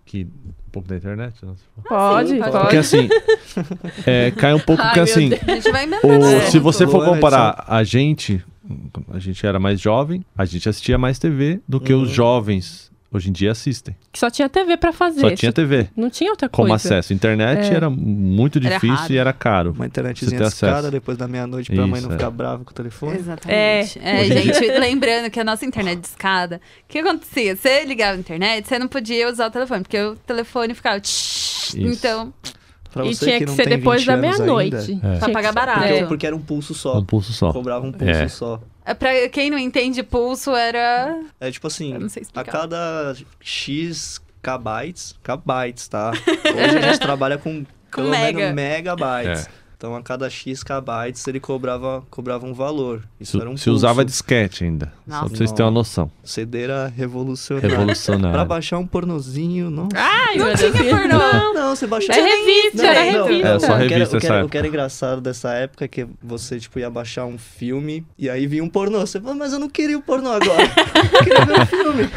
S4: Que um pouco da internet? Não?
S1: pode,
S2: Ah, sim,
S1: pode.
S2: pode.
S4: Porque assim, é, cai um pouco
S1: Ai,
S4: que
S1: meu
S4: assim,
S1: Deus.
S2: A gente vai inventar.
S4: o-
S2: né?
S4: se você for
S3: Boa,
S4: comparar a gente, a gente era mais jovem, a gente assistia mais TV do que os
S3: Uhum.
S4: jovens hoje em dia assistem.
S1: Que só tinha TV pra fazer.
S4: Só tinha
S1: isso-
S4: TV
S1: Não tinha outra
S4: como
S1: coisa.
S4: acesso. Internet
S1: É.
S4: era muito
S2: Era
S4: difícil
S2: raro.
S4: e era caro.
S3: Uma
S4: Você
S3: internetzinha
S4: tem
S3: escada
S4: acesso.
S3: depois da meia-noite pra mãe
S4: Isso,
S3: não
S4: é.
S3: ficar brava com o telefone.
S2: Exatamente. É,
S4: Hoje em
S2: gente, lembrando que a nossa internet de escada, o que acontecia? Você ligava a internet, você não podia usar o telefone, porque o telefone ficava. tsh, Então,
S3: Pra
S1: E
S3: você
S1: tinha que,
S3: que, não
S1: ser
S3: tem
S1: depois
S3: 20
S1: da
S3: anos
S1: meia-noite.
S3: ainda.
S4: É.
S1: Tinha que
S2: pagar
S1: ser-
S2: barato.
S1: É.
S3: Porque, porque era um pulso só.
S4: Um pulso só.
S3: Cobrava um pulso
S4: É.
S3: só.
S2: é, pra quem não entende pulso, era.
S3: É tipo assim,
S2: Eu não sei
S3: a
S2: explicar.
S3: cada X kbytes, kbytes, tá? Hoje a gente trabalha com, pelo
S2: mega.
S3: menos
S4: É.
S3: megabytes. Então a cada X kbytes ele cobrava, cobrava um valor. Isso
S4: Se,
S3: era um
S4: se usava
S3: pulso.
S4: disquete ainda. Só
S2: Nossa.
S4: pra vocês terem uma noção.
S3: CD era revolucionário. Pra
S4: Revolucionário.
S3: baixar um pornozinho, não.
S1: Ai, meu
S2: Não
S1: Deus.
S2: tinha pornô.
S3: Não, não, você
S1: Ah, É
S3: baixava.
S1: revista, era
S2: Não, não.
S1: revista.
S4: É, só
S3: o que era-
S4: revista
S3: o, que era,
S4: essa
S3: o que era engraçado dessa época é que você, tipo, ia baixar um filme e aí vinha um pornô. Você falou, mas eu não queria o pornô agora. Eu queria ver o filme.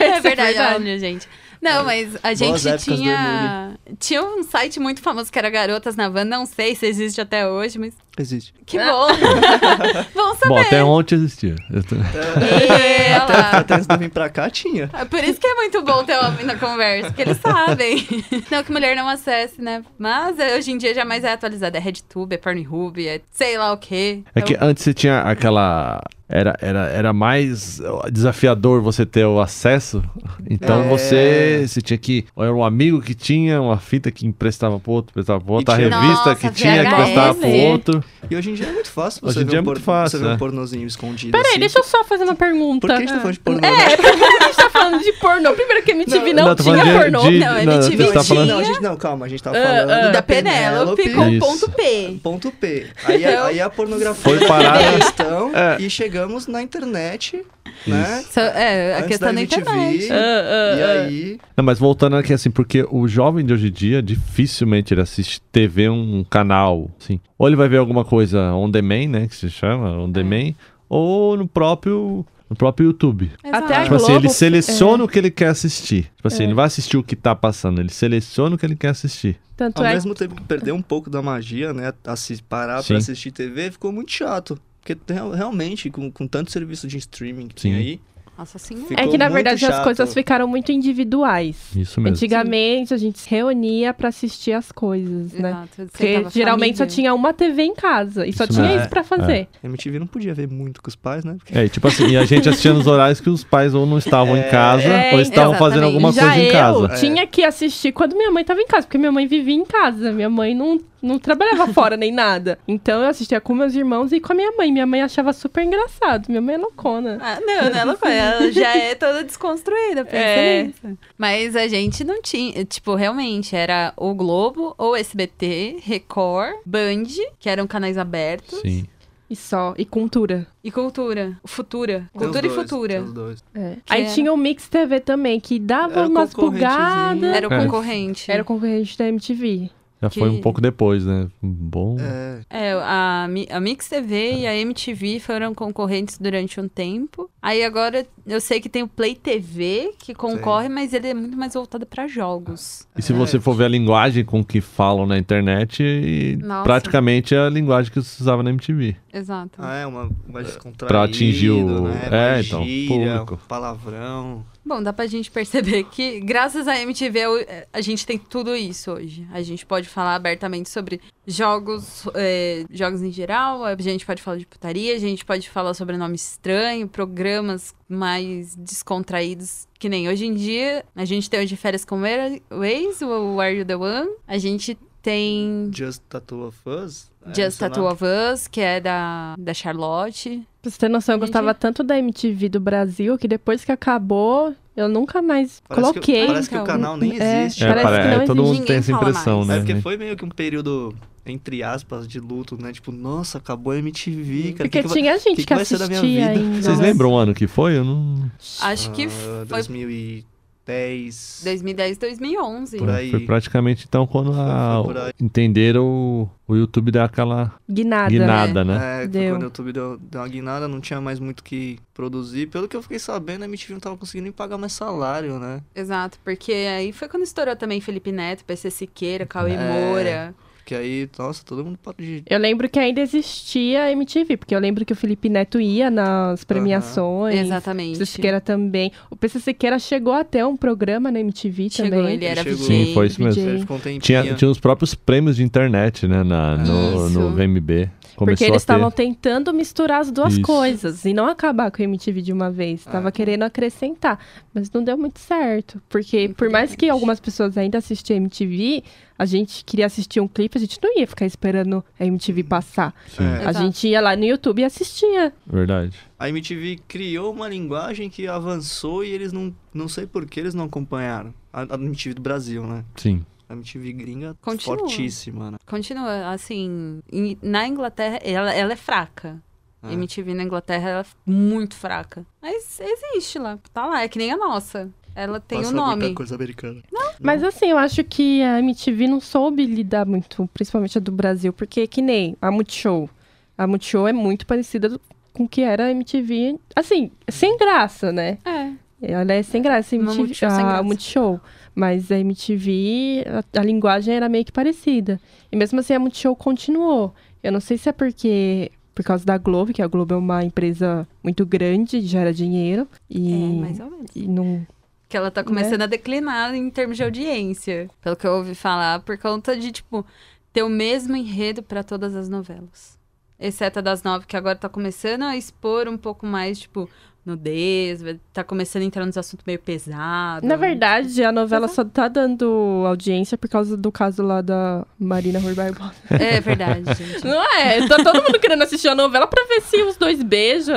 S2: É verdade, olha, gente. Não, mas a gente
S3: É, épocas do
S2: tinha. Tinha um site muito famoso que era Garotas na Van, não sei se existe até hoje, mas
S3: Existe.
S2: que bom. Vamos
S4: Bom,
S2: saber.
S4: até ontem existia. Eu tô-
S2: E, olha lá.
S3: Até antes de eu vir pra cá, tinha.
S2: É Por isso que é muito bom ter homem na conversa, porque eles sabem. Não que mulher não acesse, né? Mas eh, hoje em dia jamais é atualizado. É RedTube, é Pornhub, é sei lá o quê.
S4: É que antes você tinha aquela. Era, era, era mais desafiador você ter o acesso. Então
S3: É.
S4: você, você tinha que. ou Era um amigo que tinha uma fita que emprestava pro outro, emprestava pro outro, a
S3: tinha-
S4: revista
S2: Nossa,
S4: que tinha que
S2: VHS.
S4: emprestava pro outro.
S3: E hoje em dia é muito fácil
S4: Hoje
S3: você
S4: em
S3: ver
S4: dia
S3: um
S4: é
S3: por-
S4: muito fácil,
S3: você ver
S4: né?
S3: um pornozinho escondido.
S1: Peraí,
S3: assim.
S1: deixa eu só fazer uma pergunta.
S3: Por que a gente tá falando de pornô? né?
S1: É, por que a gente tá falando de pornô? Primeiro que a MTV não,
S4: Não, tô
S1: tinha
S4: falando de-
S1: pornô. é
S4: de-
S2: Não,
S4: não,
S2: ele te
S4: você tá
S2: mentia.
S4: falando.
S3: Não, a gente não, calma, a gente tá
S1: Ah,
S3: falando
S1: ah.
S2: da Penélope com
S4: Isso.
S2: ponto P.
S3: Ponto P. Aí, a-
S2: Então-
S3: aí a pornografia
S4: Foi
S3: era
S4: parada-
S3: uma questão
S4: É.
S3: e chegamos na internet, né?
S2: So- é, a
S3: Antes
S2: questão da
S3: MTV,
S2: internet. Ah,
S3: E aí,
S4: Não, mas voltando aqui assim, porque o jovem de hoje em dia dificilmente ele assiste TV, um canal, assim. Ou ele vai ver alguma coisa on demand, né, que se chama,
S1: É.
S4: on demand, ou no próprio no próprio YouTube.
S1: Até a
S4: Tipo
S1: Ah, Globo- é.
S4: assim, ele seleciona o que ele quer assistir. Tipo assim, ele não vai assistir o que tá passando, ele seleciona o que ele quer assistir.
S1: Tanto
S3: ao
S1: é
S3: mesmo tempo que perdeu um pouco da magia, né? Assi parar
S4: Sim.
S3: pra assistir TV ficou muito chato. Porque real- realmente, com, com tanto serviço de streaming que tinha
S4: Sim.
S3: aí,
S2: Nossa senhora.
S1: É
S3: ficou
S1: que, na
S3: muito
S1: verdade, as
S3: chato.
S1: coisas ficaram muito individuais.
S4: Isso mesmo.
S1: Antigamente, a gente se reunia pra assistir as coisas, né?
S2: Exato, você
S1: Porque
S2: tava
S1: geralmente só
S2: família.
S1: tinha uma TV em casa e só
S4: Isso
S1: tinha
S4: mesmo.
S1: isso pra fazer.
S3: MTV não podia ver muito com os pais, né? Porque
S4: É, e tipo assim, e a gente assistia nos horários que os pais ou não estavam em casa,
S1: É,
S4: ou estavam fazendo
S2: exatamente.
S4: alguma
S1: Já
S4: coisa
S1: eu
S4: em casa.
S1: tinha que assistir quando minha mãe tava em casa, porque minha mãe vivia em casa. Minha mãe não, não trabalhava fora nem nada. Então eu assistia com meus irmãos e com a minha mãe. Minha mãe achava super engraçado. Minha mãe é loucona.
S2: Ah, não, não, ela, foi, ela já é toda desconstruída, pensa
S1: É.
S2: nisso. Mas a gente não tinha, tipo, realmente, era o Globo, ou SBT, Record, Band, que eram canais abertos.
S4: Sim.
S1: E só. E cultura.
S2: E cultura. Futura.
S3: Tem os
S2: Cultura e
S3: dois,
S2: futura.
S3: tem os dois.
S4: É.
S2: Que
S1: Aí
S2: era-
S1: tinha o Mix TV também, que dava
S3: Era o
S1: umas
S3: concorrentezinho.
S1: bugadas.
S2: Era o
S4: É.
S2: concorrente.
S1: Era o concorrente da MTV.
S4: Já
S2: Que-
S4: foi um pouco depois, né? Um Bom.
S3: É,
S2: É, a, Mi- a Mix TV e a MTV foram concorrentes durante um tempo. Aí agora eu sei que tem o Play TV que concorre, mas ele é muito mais voltado pra jogos.
S4: E se você for ver a linguagem com que falam na internet, e
S2: Nossa.
S4: praticamente é a linguagem que se usava na MTV.
S2: Exato.
S3: ah, é uma mais descontraída,
S4: Pra atingir o-
S3: né?
S4: é,
S3: Mais
S4: então,
S3: gíria, um
S4: público.
S3: palavrão.
S2: Bom, dá pra gente perceber que, graças à MTV, eu- é a gente tem tudo isso hoje. A gente pode falar abertamente sobre jogos, é, jogos em geral, a gente pode falar de putaria, a gente pode falar sobre nome estranho, programas mais descontraídos. Que nem hoje em dia, a gente tem o de férias com Era- Waze, o Are You The One. A gente tem
S3: Just Tattoo of Us. é,
S2: Just
S3: sei lá.
S2: Tattoo of Us, que é da, da Charlotte.
S1: Pra você ter noção, eu
S2: Gente.
S1: gostava tanto da MTV do Brasil que depois que acabou, eu nunca mais
S3: Parece que-
S1: coloquei.
S3: parece
S2: então.
S3: que o canal nem
S1: É,
S3: existe.
S1: Parece
S4: pare-
S1: que não
S4: todo
S1: existe.
S4: mundo tem essa
S2: Ninguém fala
S4: impressão,
S2: mais.
S4: né?
S3: É porque foi meio que um período, entre aspas, de luto, né? Tipo, nossa, acabou a
S2: Hum.
S3: MTV, cara.
S1: Porque
S3: que que vai-
S1: tinha gente que,
S3: que que vai ser da minha
S1: assistia
S3: vida?
S1: ainda.
S4: Vocês lembram o ano que foi? Eu não.
S2: Acho que
S3: Ah,
S2: foi
S3: 2010.
S2: 2010, 2011.
S3: Por aí.
S4: Foi praticamente então quando a...
S3: Foi por aí.
S4: entenderam o... o YouTube dar aquela
S1: Guinada.
S4: guinada, né?
S3: É, foi
S1: Deu.
S3: quando o YouTube deu, deu uma guinada, não tinha mais muito o que produzir. Pelo que eu fiquei sabendo, a MTV não tava conseguindo nem pagar mais salário, né?
S2: Exato, porque aí foi quando estourou também Felipe Neto, PC Siqueira, Cauê
S3: É.
S2: Moura.
S3: Porque aí, nossa, todo mundo para de.
S1: Eu lembro que ainda existia a MTV, porque eu lembro que o Felipe Neto ia nas premiações. O
S2: Exatamente.
S1: PC Siqueira também. O PC Siqueira chegou até um programa na MTV
S2: Chegou,
S1: também.
S2: ele era
S3: Chegou.
S2: DJ.
S4: Sim, foi isso mesmo.
S1: DJ.
S3: Ele ficou um tempinho.
S4: Tinha, tinha os próprios prêmios de internet, né? na-
S3: É.
S4: no,
S2: Isso.
S4: no VMB. Começou
S1: Porque
S4: a ter.
S1: eles estavam tentando misturar as duas
S4: Isso.
S1: coisas e não acabar com a MTV de uma vez.
S3: Ah.
S1: Tava querendo acrescentar, mas não deu muito certo. Porque por mais que algumas pessoas ainda assistiam MTV, a gente queria assistir um clipe, a gente não ia ficar esperando a MTV passar.
S4: Sim,
S3: É.
S1: A
S2: Exato.
S1: gente ia lá no YouTube e assistia.
S4: verdade.
S3: A MTV criou uma linguagem que avançou e eles não. Não sei por que eles não acompanharam. A, a MTV do Brasil, né?
S4: Sim.
S3: A MTV gringa
S2: Continua.
S3: fortíssima, né?
S2: Continua, assim, em- na Inglaterra, ela, ela é fraca.
S3: É.
S2: MTV na Inglaterra, ela é muito fraca. Mas existe lá, tá lá, é que nem a nossa. Ela tem o
S3: Passa
S2: nome.
S3: Muita coisa americana.
S1: Mas assim, eu acho que a MTV não soube lidar muito, principalmente a do Brasil, porque que nem a Multishow. A Multishow é muito parecida do- com o que era a MTV, assim, sem graça, né?
S2: É,
S1: Ela é sem graça, a
S2: Uma
S1: MTV,
S2: Multishow sem
S1: a
S2: graça.
S1: ah, Multishow. Mas a MTV, a, a linguagem era meio que parecida. E mesmo assim, a Multishow continuou. Eu não sei se é porque... Por causa da Globo, que a Globo é uma empresa muito grande, gera dinheiro. E,
S2: é, mais ou menos.
S1: e não...
S2: Que ela
S1: Né?
S2: tá começando a declinar em termos de audiência, pelo que eu ouvi falar, por conta de, tipo, ter o mesmo enredo pra todas as novelas. Exceto a das nove, que agora tá começando a expor um pouco mais, tipo, nudez, vai- tá começando a entrar nos assuntos meio pesados.
S1: Na verdade, a novela só tá dando audiência por causa do caso lá da Marina Rui Barbosa.
S2: É verdade, gente.
S1: Não é? Tá todo mundo querendo assistir a novela pra ver se os dois beijam.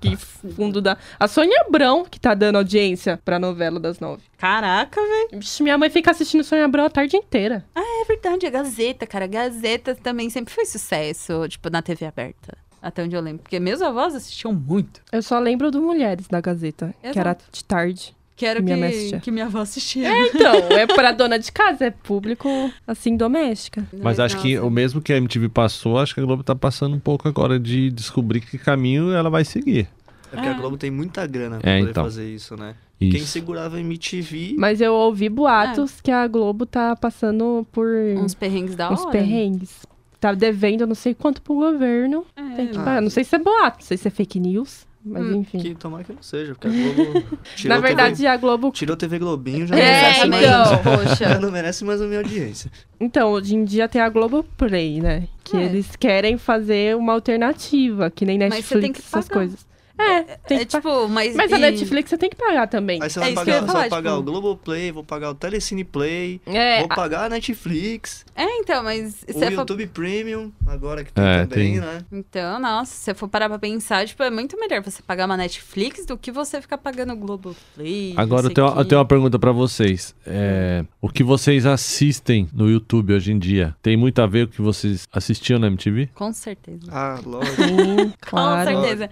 S1: Que fundo da. A Sônia Abrão que tá dando audiência pra novela das nove.
S2: Caraca, velho.
S1: Vixe, minha mãe fica assistindo Sônia Abrão a tarde inteira.
S2: É verdade, a Gazeta, cara. A Gazeta também sempre foi sucesso, tipo, na TV aberta. Até onde eu lembro. Porque meus avós assistiam muito.
S1: Eu só lembro do Mulheres da Gazeta, que era
S2: Exato.
S1: de tarde.
S2: Que era o
S1: Minha mãe
S2: que,
S1: assistia.
S2: que minha avó assistia.
S1: Então, é pra dona de casa, é público, assim, doméstica.
S4: Mas acho que
S2: nossa.
S4: o mesmo que a MTV passou, acho que a Globo tá passando um pouco agora de descobrir que caminho ela vai seguir.
S3: É porque
S2: Ah.
S3: a Globo tem muita grana pra
S4: É,
S3: poder
S4: então.
S3: fazer isso, né? Quem
S4: Isso.
S3: segurava a MTV
S1: Mas eu ouvi boatos que a Globo tá passando por
S4: um
S2: Uns perrengues da hora.
S1: É. uns perrengues. Tá devendo não sei quanto pro governo.
S2: É.
S1: Tem que
S3: Ah.
S1: pagar. Não sei se é boato, não sei se é fake news, mas
S2: Hum,
S1: enfim.
S3: que tomara que não seja, porque a Globo tirou
S1: Na verdade, a Globo.
S3: TV, tirou TV Globinho, já não
S1: É,
S3: merece mais.
S1: então.
S3: Já
S2: poxa.
S3: não merece mais a minha audiência.
S1: Então, hoje em dia tem a Globo Play, né? Que
S2: É.
S1: eles querem fazer uma alternativa, que nem
S2: Mas
S1: Netflix,
S2: você tem que
S1: essas
S2: pagar.
S1: coisas. É, tem
S2: é
S1: que pa-
S2: tipo, mas.
S1: Mas a
S2: e-
S1: Netflix você tem que pagar também.
S3: Aí você
S2: É
S3: vai
S2: isso que eu
S3: pagar,
S2: ia
S3: você
S2: falar,
S3: vai pagar
S2: tipo-
S3: o Globoplay, vou pagar o Telecine Play,
S1: É,
S3: vou pagar a Netflix,
S2: É, então, mas. se
S3: o
S2: você for-
S3: YouTube Premium, agora que tem
S4: É,
S3: também,
S4: tem.
S3: né?
S2: Então, nossa, se você for parar pra pensar, tipo, é muito melhor você pagar uma Netflix do que você ficar pagando o Globoplay.
S4: Agora
S2: não sei
S4: eu tenho,
S2: que.
S4: eu tenho uma pergunta pra vocês. É, o que vocês assistem no YouTube hoje em dia tem muito a ver com o que vocês assistiam na MTV?
S2: Com certeza.
S3: Ah, lógico.
S1: sim, claro.
S2: Com certeza.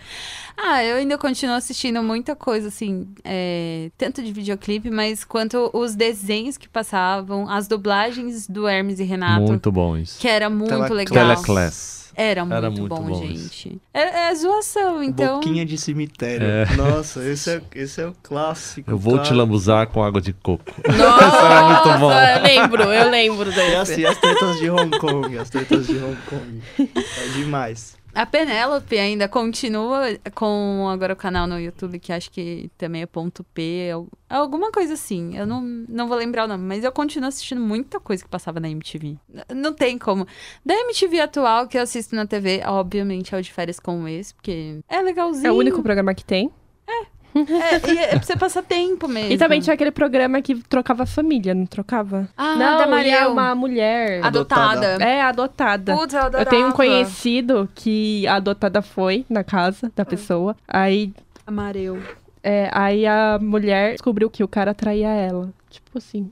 S2: Ah, eu ainda continuo assistindo muita coisa, assim, é, tanto de videoclipe, mas quanto os desenhos que passavam, as dublagens do Hermes e Renato,
S4: Muito bom isso.
S2: que era muito legal.
S4: Teleclass.
S2: Era muito,
S4: Era muito
S2: bom,
S4: bom Um
S2: gente. É, é zoação, então.
S3: Boquinha de cemitério.
S4: É.
S3: Nossa, esse é, esse é o clássico.
S4: Eu vou
S3: cara.
S4: te lambuzar com água de coco.
S1: Nossa,
S4: era muito bom.
S1: eu lembro, eu lembro
S3: E
S1: desse.
S3: assim, as tretas de Hong Kong, as tretas de Hong Kong. É demais.
S2: A Penélope ainda continua com agora o canal no YouTube, que acho que também é ponto P, al- alguma coisa assim. Eu não, não vou lembrar o nome, mas eu continuo assistindo muita coisa que passava na MTV. N- Não tem como. Da MTV atual que eu assisto na TV, obviamente é o de férias com o ex, porque é legalzinho.
S1: É o único programa que tem.
S2: É, e é pra você passar tempo mesmo.
S1: E também tinha aquele programa que trocava família, não trocava?
S2: Ah,
S1: não,
S2: da
S1: e
S2: Mariel. Ah,
S1: é uma mulher.
S2: Adotada.
S1: É, adotada.
S2: Putz, eu adorava.
S1: Eu tenho um conhecido que a adotada foi na casa da pessoa. Aí,
S2: Amarelo.
S1: é, aí a mulher descobriu que o cara traía ela. Tipo assim.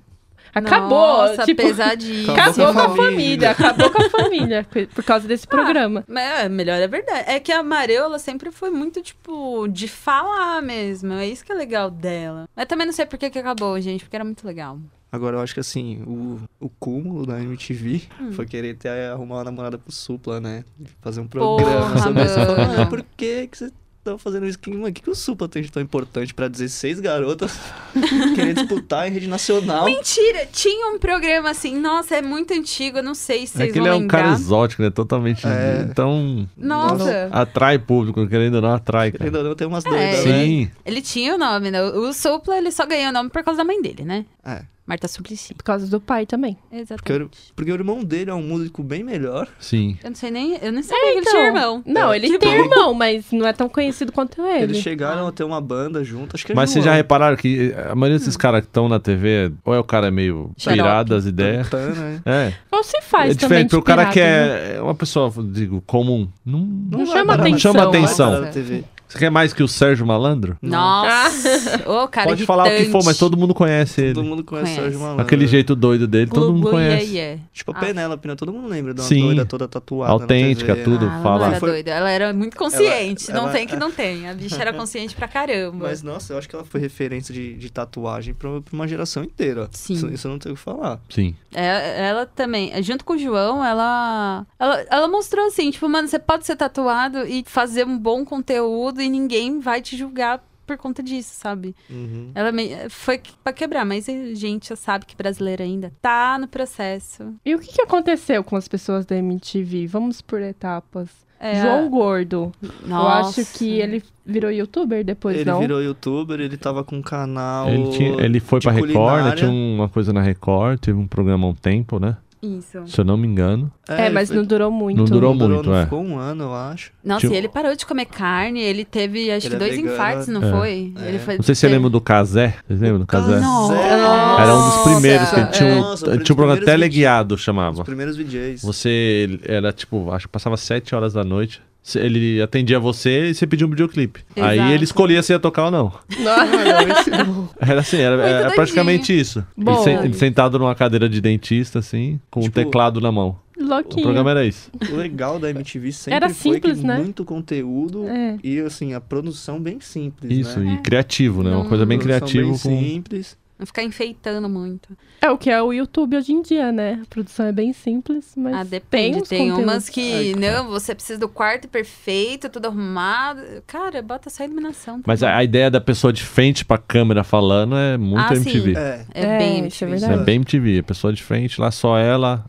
S1: Acabou!
S2: Nossa,
S1: tipo,
S2: pesadinho.
S1: Acabou com a
S3: Acabou com a
S1: família, acabou com a família por causa desse programa.
S2: Mas É, melhor é verdade. É que a Amareu, ela sempre foi muito, tipo, de falar mesmo. É isso que é legal dela. Mas também não sei por que, que acabou, gente, porque era muito legal.
S3: Agora eu acho que assim, o, o cúmulo da MTV
S2: Hum.
S3: foi querer ter, eh, arrumar uma namorada pro Supla, né? Fazer um programa
S2: Porra,
S3: sobre isso.
S2: mano.
S3: Mas por que que vocês estão fazendo isso? Que- mano, O que, que o Supla tem de tão importante pra 16 garotas querer disputar em rede nacional?
S2: Mentira! Tinha um programa assim, nossa, é muito antigo, eu não sei se
S4: É
S2: vocês
S4: que
S2: vão
S4: ele é um
S2: lembrar.
S4: cara exótico, né? Totalmente.
S3: É.
S4: Então.
S2: Nossa,
S4: Atrai público, querendo ou não, atrai, cara.
S3: Querendo ou não, tem umas
S2: É.
S3: doidas, né?
S4: Sim.
S2: ele tinha o nome, né? O Supla, ele só ganhou o nome por causa da mãe dele, né?
S3: É.
S2: Marta Suplicy.
S1: Por causa do pai também.
S2: Exatamente.
S3: Porque o irmão dele é um músico bem melhor.
S4: Sim.
S2: Eu não sei nem, eu nem sabia que ele tinha irmão.
S4: É,
S1: Não, ele
S2: Que
S1: tem
S2: bom.
S1: irmão, mas não é tão conhecido quanto ele.
S3: Eles chegaram a ter uma banda junto, acho que é
S4: Mas
S3: João.
S4: vocês já repararam que a maioria desses caras que estão na TV, ou é o cara meio
S2: Hum. Xarope.
S4: pirado das ideias.
S3: Tá, né?
S4: É.
S1: Ou se faz
S4: é
S1: também. né?
S4: diferente, porque o cara que é é uma pessoa, digo, comum. Não,
S1: Não
S3: vai
S1: chama
S3: parar.
S1: atenção.
S4: chama
S3: Não vai
S4: atenção.
S3: parar na TV.
S4: Você quer mais que o Sérgio Malandro?
S2: Nossa! Ô, cara
S4: Pode falar o que for, mas todo mundo conhece ele.
S3: Todo mundo conhece,
S2: Conhece.
S3: Sérgio Malandro.
S4: Aquele jeito doido dele, todo mundo conhece.
S3: Tipo a
S2: Ah.
S3: Penélope, né? Todo mundo lembra de uma
S4: Sim.
S3: doida toda tatuada. na
S4: Autêntica,
S3: TV, né?
S4: tudo,
S2: Ah, ela
S4: fala.
S2: Não era
S3: Foi-
S2: doida, ela é. era muito consciente.
S3: Ela-
S2: não
S3: ela-
S2: tem que não tem. A bicha era consciente pra caramba.
S3: Mas, nossa, eu acho que ela foi referência de, de tatuagem pra, pra uma geração inteira.
S2: Sim.
S3: Isso, isso eu não tenho o que falar.
S4: Sim.
S2: É, ela também, junto com o João, ela, ela. Ela mostrou assim, tipo, mano, você pode ser tatuado e fazer um bom conteúdo e ninguém vai te julgar por conta disso, sabe?
S3: Uhum.
S2: Ela me- foi que- pra quebrar, mas a gente já sabe que brasileiro ainda tá no processo.
S1: E o que, que aconteceu com as pessoas da MTV? Vamos por etapas.
S2: É,
S1: João Gordo.
S2: nossa.
S1: Eu acho que ele virou youtuber depois,
S3: ele
S1: não?
S3: virou youtuber, ele tava com um canal.
S4: Ele, tinha- ele foi
S3: de
S4: pra Record, né?
S3: culinária.
S4: tinha uma coisa na Record, teve um programa há um tempo, né?
S2: Isso.
S4: Se eu não me engano.
S1: É, mas
S3: ele
S1: não durou muito.
S4: Não durou muito,
S3: não
S4: é.
S3: Ficou um ano, eu acho.
S2: Nossa,
S4: Tinha-
S2: e ele parou de comer carne, ele teve acho
S3: Ele
S2: que
S3: é
S2: dois
S3: vegano,
S2: infartos, não
S4: é.
S2: foi?
S3: É.
S2: Ele foi
S4: Não sei se você lembra do Kazé. Vocês lembram do
S3: Não.
S4: Kazé?
S2: Nossa.
S4: Era um dos primeiros, que ele
S2: Nossa,
S4: tinha um,
S3: é. Nossa,
S4: tinha um programa
S3: primeiros
S4: teleguiado,
S3: Os
S4: chamava.
S3: primeiros VJs.
S4: Você era tipo, acho que passava 7 horas da noite. Se- Ele atendia você e você pedia um videoclipe. Aí
S2: Exato.
S4: ele escolhia se ia tocar ou não.
S3: Ah, não, esse não.
S4: Era assim, era, era
S2: doidinho.
S4: praticamente
S2: assim.
S4: isso. Ele,
S1: Bom.
S4: sen- ele sentado numa cadeira de dentista, assim, com o
S3: Tipo,
S4: teclado na mão. O
S1: Louquinho.
S4: programa era isso.
S3: é O legal da MTV sempre
S1: Era
S3: foi
S1: simples,
S3: que
S1: né?
S3: muito conteúdo
S1: É.
S3: e, assim, a produção bem simples,
S4: Isso,
S3: né?
S4: e criativo, né? Uma
S2: É. Não-
S4: coisa bem
S3: Produção
S4: criativa
S3: bem
S4: com.
S3: simples.
S2: Não ficar enfeitando muito.
S1: É o que é o YouTube hoje em dia, né? A produção é bem simples, mas.
S2: ah, depende.
S1: tem
S2: Tem,
S1: uns conteúdos.
S2: umas que, não, você precisa do quarto perfeito, tudo arrumado. Cara, bota só a iluminação. tá
S4: Mas
S2: bom.
S4: a, a ideia da pessoa de frente pra câmera falando é muito
S2: Ah, sim.
S4: MTV.
S3: É,
S2: é,
S1: É,
S2: bem
S1: isso é
S2: difícil.
S1: verdade.
S4: É bem MTV. A pessoa de frente, lá só ela,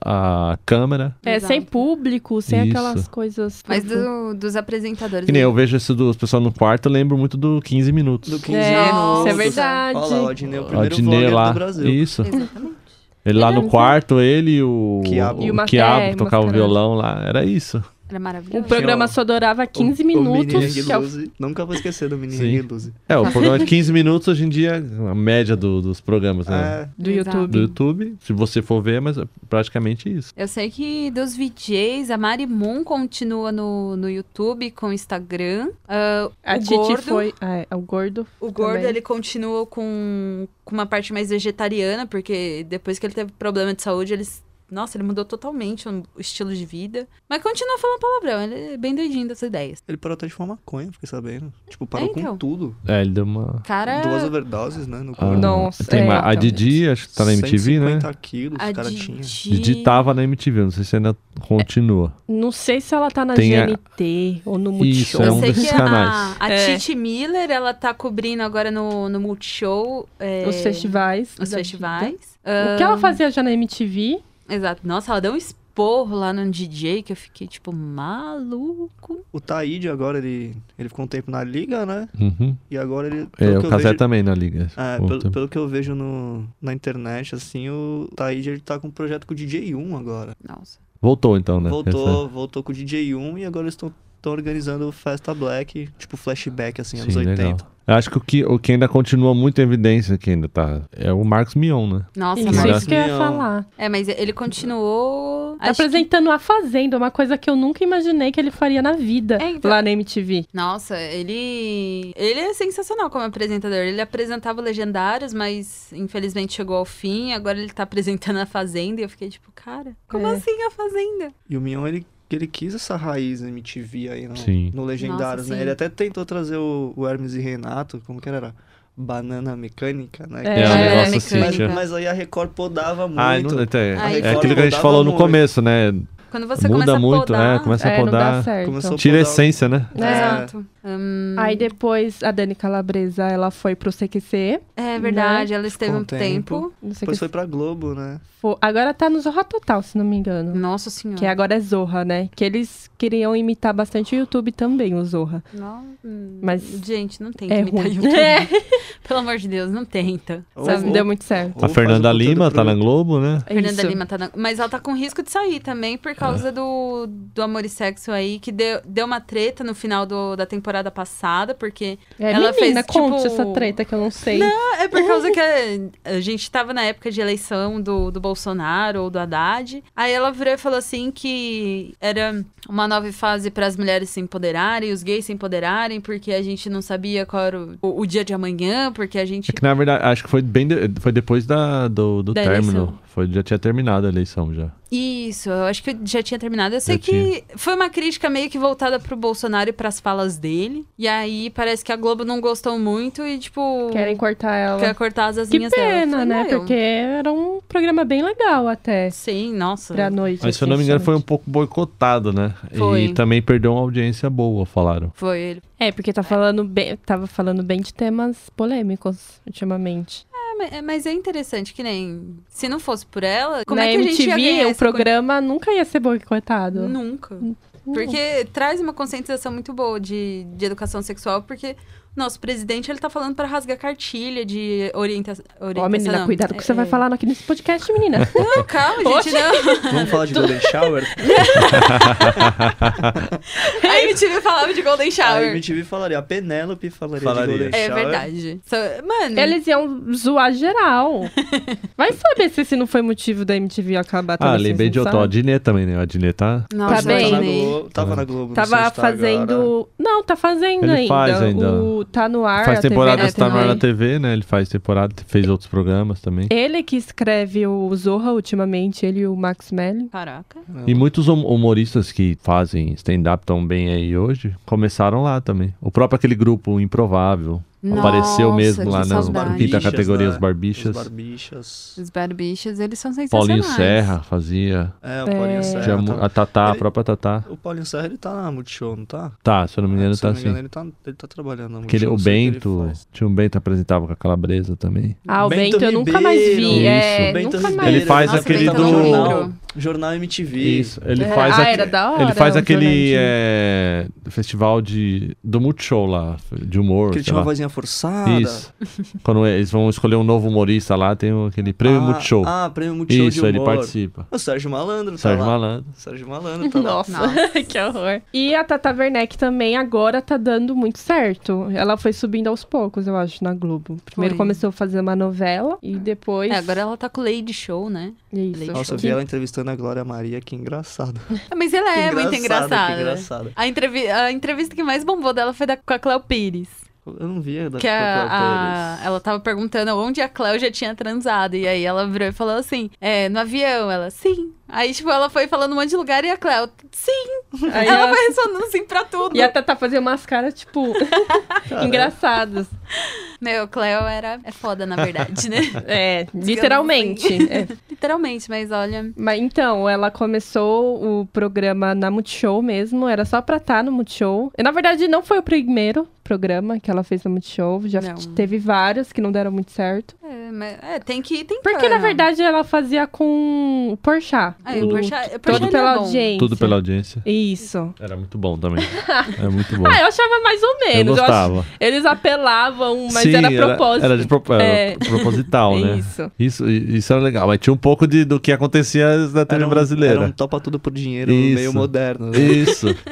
S4: a, a câmera.
S1: É, sem
S2: Exato.
S1: público, sem
S4: Isso.
S1: aquelas coisas.
S2: Mas
S1: fofas.
S2: do- dos apresentadores.
S4: Que nem eu vejo esse do pessoal no quarto, eu lembro muito do 15 minutos.
S3: do 15
S1: É,
S3: minutos.
S2: isso é
S1: verdade.
S3: Olha lá, o Adnei, o
S4: A
S3: primeiro
S4: Dinê
S3: vlogger
S4: lá.
S3: do Brasil.
S4: Isso.
S2: Exatamente.
S4: Ele lá
S1: Ele
S4: no
S1: era- um
S4: quarto, ele e o
S3: Quiabo.
S1: E o
S4: o
S1: Maté,
S4: Quiabo que tocava o
S1: Mascarenhas.
S4: violão lá. Era isso.
S2: Era
S1: O
S2: maravilhoso.
S1: Um programa só durava 15 minutos.
S3: Mini
S1: que é o-
S3: Luzi. Nunca vou esquecer do Mini
S4: Sim.
S3: Ring Luzi.
S4: É, o programa de 15 minutos hoje em dia, a média do- dos programas né?
S3: É,
S1: do
S2: Exato.
S1: YouTube.
S4: do YouTube. Se você for ver, mas é praticamente isso.
S2: Eu sei que dos VJs, a Mari Moon continua no, no YouTube com o Instagram. Ah,
S1: A
S2: o
S1: Titi
S2: gordo,
S1: foi. ah, é, o gordo.
S2: O gordo,
S1: também.
S2: ele continua com, com uma parte mais vegetariana, porque depois que ele teve problema de saúde, ele. Nossa, ele mudou totalmente o o estilo de vida. Mas continua falando palavrão, ele é bem doidinho das ideias.
S3: ele parou até de fumar maconha, fiquei sabendo. Tipo, parou
S2: É, então.
S3: com tudo.
S4: É, ele deu uma.
S2: Cara,
S3: Duas overdoses, né? No
S4: Ah,
S3: corpo.
S1: Nossa,
S4: tem
S1: é,
S4: uma-
S1: então.
S4: a Didi, acho que tá na MTV, né?
S3: 150 quilos,
S2: a
S3: o cara tinha.
S4: Didi
S2: Didi
S4: tava na MTV, não sei se ainda continua.
S1: Não sei se ela tá na
S4: Tem a-
S1: GNT ou no
S4: Isso,
S1: Multishow.
S4: é
S2: Eu
S4: um
S2: sei
S4: desses
S2: que
S4: canais.
S2: a, a
S1: É.
S2: Titi Miller, ela tá cobrindo agora no, no Multishow é,
S1: Os festivais.
S2: os
S1: da vida.
S2: festivais.
S1: O que ela fazia já na MTV?
S2: Exato. Nossa, ela deu um esporro lá no DJ que eu fiquei, tipo, maluco.
S3: O Taíde agora, ele, ele ficou um tempo na liga, né?
S4: Uhum.
S3: E agora ele.
S4: É,
S3: pelo que
S4: o
S3: eu
S4: Casé
S3: vejo-
S4: também na liga.
S3: É,
S4: Pô,
S3: pelo,
S4: tá-
S3: pelo que eu vejo no, na internet, assim, o Taíde ele tá com um projeto com o DJ1 agora.
S2: Nossa.
S4: Voltou então, né?
S3: Voltou, voltou com o DJ1 e agora eles estão organizando Festa Black, tipo flashback, assim,
S4: Essa...
S3: anos
S4: Sim,
S3: 80.
S4: legal. Eu acho que o, que o que ainda continua muito em evidência, que ainda tá, é o Marcos Mion, né?
S2: Nossa,
S1: Isso,
S2: mas...
S4: Mara-
S1: isso que eu ia
S3: Não.
S1: falar.
S2: É, mas ele continuou...
S1: Tá
S2: acho que-
S1: apresentando A Fazenda, uma coisa que eu nunca imaginei que ele faria na vida
S2: É, então-
S1: lá na MTV.
S2: Nossa, ele. Ele é sensacional como apresentador. Ele apresentava Legendários, mas infelizmente chegou ao fim. Agora ele tá apresentando a Fazenda e eu fiquei tipo, cara, como
S1: É.
S2: assim a Fazenda?
S3: E o Mion, ele, ele quis essa raiz MTV aí no,
S4: Sim.
S3: no Legendários,
S2: Nossa,
S3: né?
S2: sim.
S3: Ele até tentou trazer o, o Hermes e Renato, como que era? Banana mecânica, né?
S1: É, um
S4: negócio assim,
S3: mas,
S4: tinha-
S3: mas aí a Record podava muito.
S4: Ah, não, até-
S2: Ai,
S4: é
S2: então.
S4: aquilo que a gente
S3: Mudava
S4: falou no
S3: muito.
S4: começo, né?
S2: Quando você começa
S4: Muda
S2: a
S4: muito,
S2: podar...
S4: né? Começa
S1: é,
S4: a
S1: não dá
S4: podar.
S1: certo.
S3: Começou a
S4: Tira a
S3: podar-
S4: essência, né?
S3: É.
S2: Exato. Hum,
S1: Aí depois a Dani Calabresa, ela foi pro CQC.
S2: é verdade, ela esteve
S3: Ficou
S2: um
S3: um tempo.
S2: tempo.
S1: Não sei o
S3: Depois
S1: que
S3: foi pra Globo, né?
S1: for. Agora tá no Zorra Total, se não me engano.
S2: Nossa senhora.
S1: Que agora é Zorra, né? Que eles queriam imitar bastante o YouTube também, o Zorra.
S2: Nossa,
S1: Mas
S2: Gente, não tenta
S1: é
S2: imitar
S1: ruim.
S2: YouTube.
S1: É.
S2: Pelo amor de Deus, não tenta.
S3: Ou-
S1: Sabe, não
S3: ou-
S1: deu muito certo.
S3: ou
S4: A
S3: faz o
S4: Fernanda
S3: conteúdo
S4: Lima tá
S3: pro-
S4: na Globo, né?
S2: Fernanda
S1: É Isso.
S2: Lima tá na... Mas ela tá com risco de sair também por
S4: É.
S2: causa do, do Amor e Sexo aí, que deu, deu uma treta no final do- da temporada passada, porque...
S1: É,
S2: Ela
S1: ela menina,
S2: fez,
S1: conte
S2: tipo-
S1: essa treta que eu não sei.
S2: É por causa que a, a gente tava na época de eleição do, do Bolsonaro ou do Haddad. Aí ela virou e falou assim que era uma nova fase para as mulheres se empoderarem, os gays se empoderarem, porque a gente não sabia qual era o, o dia de amanhã, porque a gente...
S4: É que na verdade, acho que foi bem de- foi depois da, do, do
S2: Da
S4: término.
S2: eleição.
S4: Foi, já tinha terminado a eleição já.
S2: Isso, eu acho que eu já tinha terminado. Eu sei
S4: Já
S2: que foi uma crítica meio que voltada pro Bolsonaro e pras falas dele. E aí parece que a Globo não gostou muito e, tipo,
S1: Querem cortar ela.
S2: quer cortar as
S1: Que
S2: asinhas dela. Eu
S1: pena,
S2: falei,
S1: né?
S2: "Não, eu-
S1: Porque era um programa bem legal até.
S2: Sim, nossa.
S1: Pra noite.
S4: Mas se eu
S1: assim,
S4: não me engano, foi um
S1: sabe?
S4: pouco boicotado, né?
S2: Foi.
S4: E também perdeu uma audiência boa, falaram.
S2: Foi ele.
S1: É, porque tá falando bem, tava falando bem de temas polêmicos ultimamente.
S2: Ah, ma- é, mas é interessante que nem. Se não fosse por ela, como
S1: Na
S2: é que a gente ia
S1: MTV,
S2: ganhar
S1: o
S2: essa coisa?
S1: programa nunca ia ser boicotado.
S2: Nunca.
S1: Hum,
S2: Porque traz uma conscientização muito boa de, de educação sexual, porque o nosso presidente ele tá falando pra rasgar cartilha de orienta orientação.
S1: Ó, menina,
S2: não.
S1: cuidado com o que você
S2: É-
S1: vai
S2: é.
S1: falar aqui nesse podcast, menina.
S2: Não, calma, gente, não.
S3: Vamos falar de Golden Shower?
S2: A MTV falava de Golden
S3: a
S2: Shower.
S3: MTV falaria, a Penélope falaria,
S4: Falaria.
S3: de Golden
S2: É
S3: Shower.
S2: verdade. So-
S3: Hum.
S2: mano,
S1: Eles iam zoar geral. Vai saber se esse não foi motivo da MTV acabar
S4: Ah,
S1: também,
S4: lembrei
S1: vocês
S4: de
S1: não
S4: outro. A
S1: sabem.
S4: Diné também, né? A Diné tá.
S2: nossa,
S1: Tá bem.
S3: Tava na
S2: Disney.
S3: Globo, tava na Globo não sei
S1: Tava
S3: se tá agora.
S1: fazendo. Não, tá fazendo
S4: Ele
S1: ainda.
S4: faz ainda.
S1: O Tá no ar.
S4: faz
S1: a TV
S4: temporada,
S2: Net
S4: tá
S2: não é?
S4: na TV, né? Ele faz temporada, fez outros programas também.
S1: Ele que escreve o Zorra ultimamente, ele e o Max Melling.
S2: Caraca.
S4: E muitos hum- humoristas que fazem stand-up tão bem aí hoje começaram lá também. O próprio aquele grupo Improvável
S2: Nossa,
S4: apareceu mesmo
S2: que
S4: lá na
S3: Os
S2: saudade.
S4: quinta
S3: Barbichas,
S4: categoria,
S3: né?
S4: os Barbichas.
S3: Os barbichas.
S2: Os barbichas, eles são sensacionais.
S4: Paulinho Serra fazia.
S3: É, o Paulinho Serra.
S4: Tinha mu-
S3: tá-
S4: a Tatá, a
S3: Ele-
S4: própria Tatá.
S3: O Paulinho Serra, ele tá na Multishow, não tá?
S4: Tá, se eu não me engano,
S3: Se eu
S4: tá
S3: não me
S4: assim.
S3: engano, ele tá, ele tá trabalhando na
S4: Aquele,
S3: Multishow.
S4: o
S3: não sei que
S4: Bento,
S3: ele faz.
S4: tinha um Bento que apresentava com a Calabresa também.
S1: Ah, o Bento,
S3: Bento
S1: eu nunca mais vi.
S3: Ribeiro.
S1: É,
S4: Isso.
S1: nunca
S3: Bento
S1: mais. é
S4: Ele faz
S2: Nossa,
S4: aquele
S2: Bento
S4: do.
S2: Ribeiro.
S3: Jornal MTV.
S4: Isso. Ele
S2: É.
S4: faz,
S2: Ah,
S4: aque-
S2: era da hora,
S4: ele faz
S1: o
S4: aquele
S1: jornalismo.
S4: é, festival de do Multishow lá, de humor.
S3: Que ele
S4: sei
S3: tinha uma
S4: lá.
S3: vozinha forçada.
S4: Isso. Quando eles vão escolher um novo humorista lá, tem o- aquele prêmio
S3: ah,
S4: Multishow.
S3: Ah, prêmio Multishow
S4: Isso,
S3: de humor.
S4: ele participa.
S3: O Sérgio Malandro tá
S4: Sérgio
S3: lá.
S4: Malandro.
S3: Sérgio Malandro tá lá.
S2: Nossa.
S1: que horror. E a Tata Werneck também agora tá dando muito certo. Ela foi subindo aos poucos, eu acho, na Globo. Primeiro
S2: Foi.
S1: começou a fazer uma novela e depois.
S2: É, agora ela tá com Lady Show, né?
S1: Isso.
S3: Nossa, eu vi ela entrevistando a Glória Maria, que engraçado.
S2: Ah, Mas ela é muito
S3: engraçado,
S2: engraçada. né?
S3: Que engraçado.
S2: A, entrevi- a entrevista que mais bombou dela foi da... com a Cléo Pires.
S3: Eu não via da
S2: Que a-
S3: Cleo
S2: a-
S3: Pérez.
S2: ela tava perguntando onde a Cléo já tinha transado. E aí ela virou e falou assim: é, no avião. Ela, sim. Aí, tipo, ela foi falando um monte de lugar e a Cléo, sim.
S1: Aí
S2: ela
S1: ela-
S2: foi respondendo sim pra tudo.
S1: E a Tata fazia umas caras, tipo, engraçadas.
S2: Meu, Cléo era. É foda, na verdade, né?
S1: É, literalmente. É.
S2: Literalmente, mas olha.
S1: Mas então, ela começou o programa na Multishow mesmo, era só pra estar no Multishow. E, na verdade, não foi o primeiro programa que ela fez no Multishow, já
S2: Não.
S1: teve vários que não deram muito certo.
S2: É, mas- é, tem que ir tentando.
S1: Porque, na verdade, ela fazia com o Porchat.
S2: É, o Porchat- o Porchat,
S1: Todo
S2: ele
S1: pela
S2: é bom.
S1: audiência.
S4: Tudo pela audiência.
S1: Isso.
S4: Era muito bom também. Era muito bom.
S1: Ah, eu achava mais ou
S4: eu
S1: menos. eu ach-
S4: gostava.
S1: Eles apelavam, mas
S4: Sim,
S1: era propósito.
S4: Era, de propo-
S1: É.
S4: era proposital,
S1: É
S4: né?
S1: Isso.
S4: Isso, isso era legal. Mas tinha um pouco de, do que acontecia na TV
S3: Era um-
S4: brasileira.
S3: Era um topa tudo por dinheiro
S4: Isso.
S3: meio moderno. né?
S4: Isso.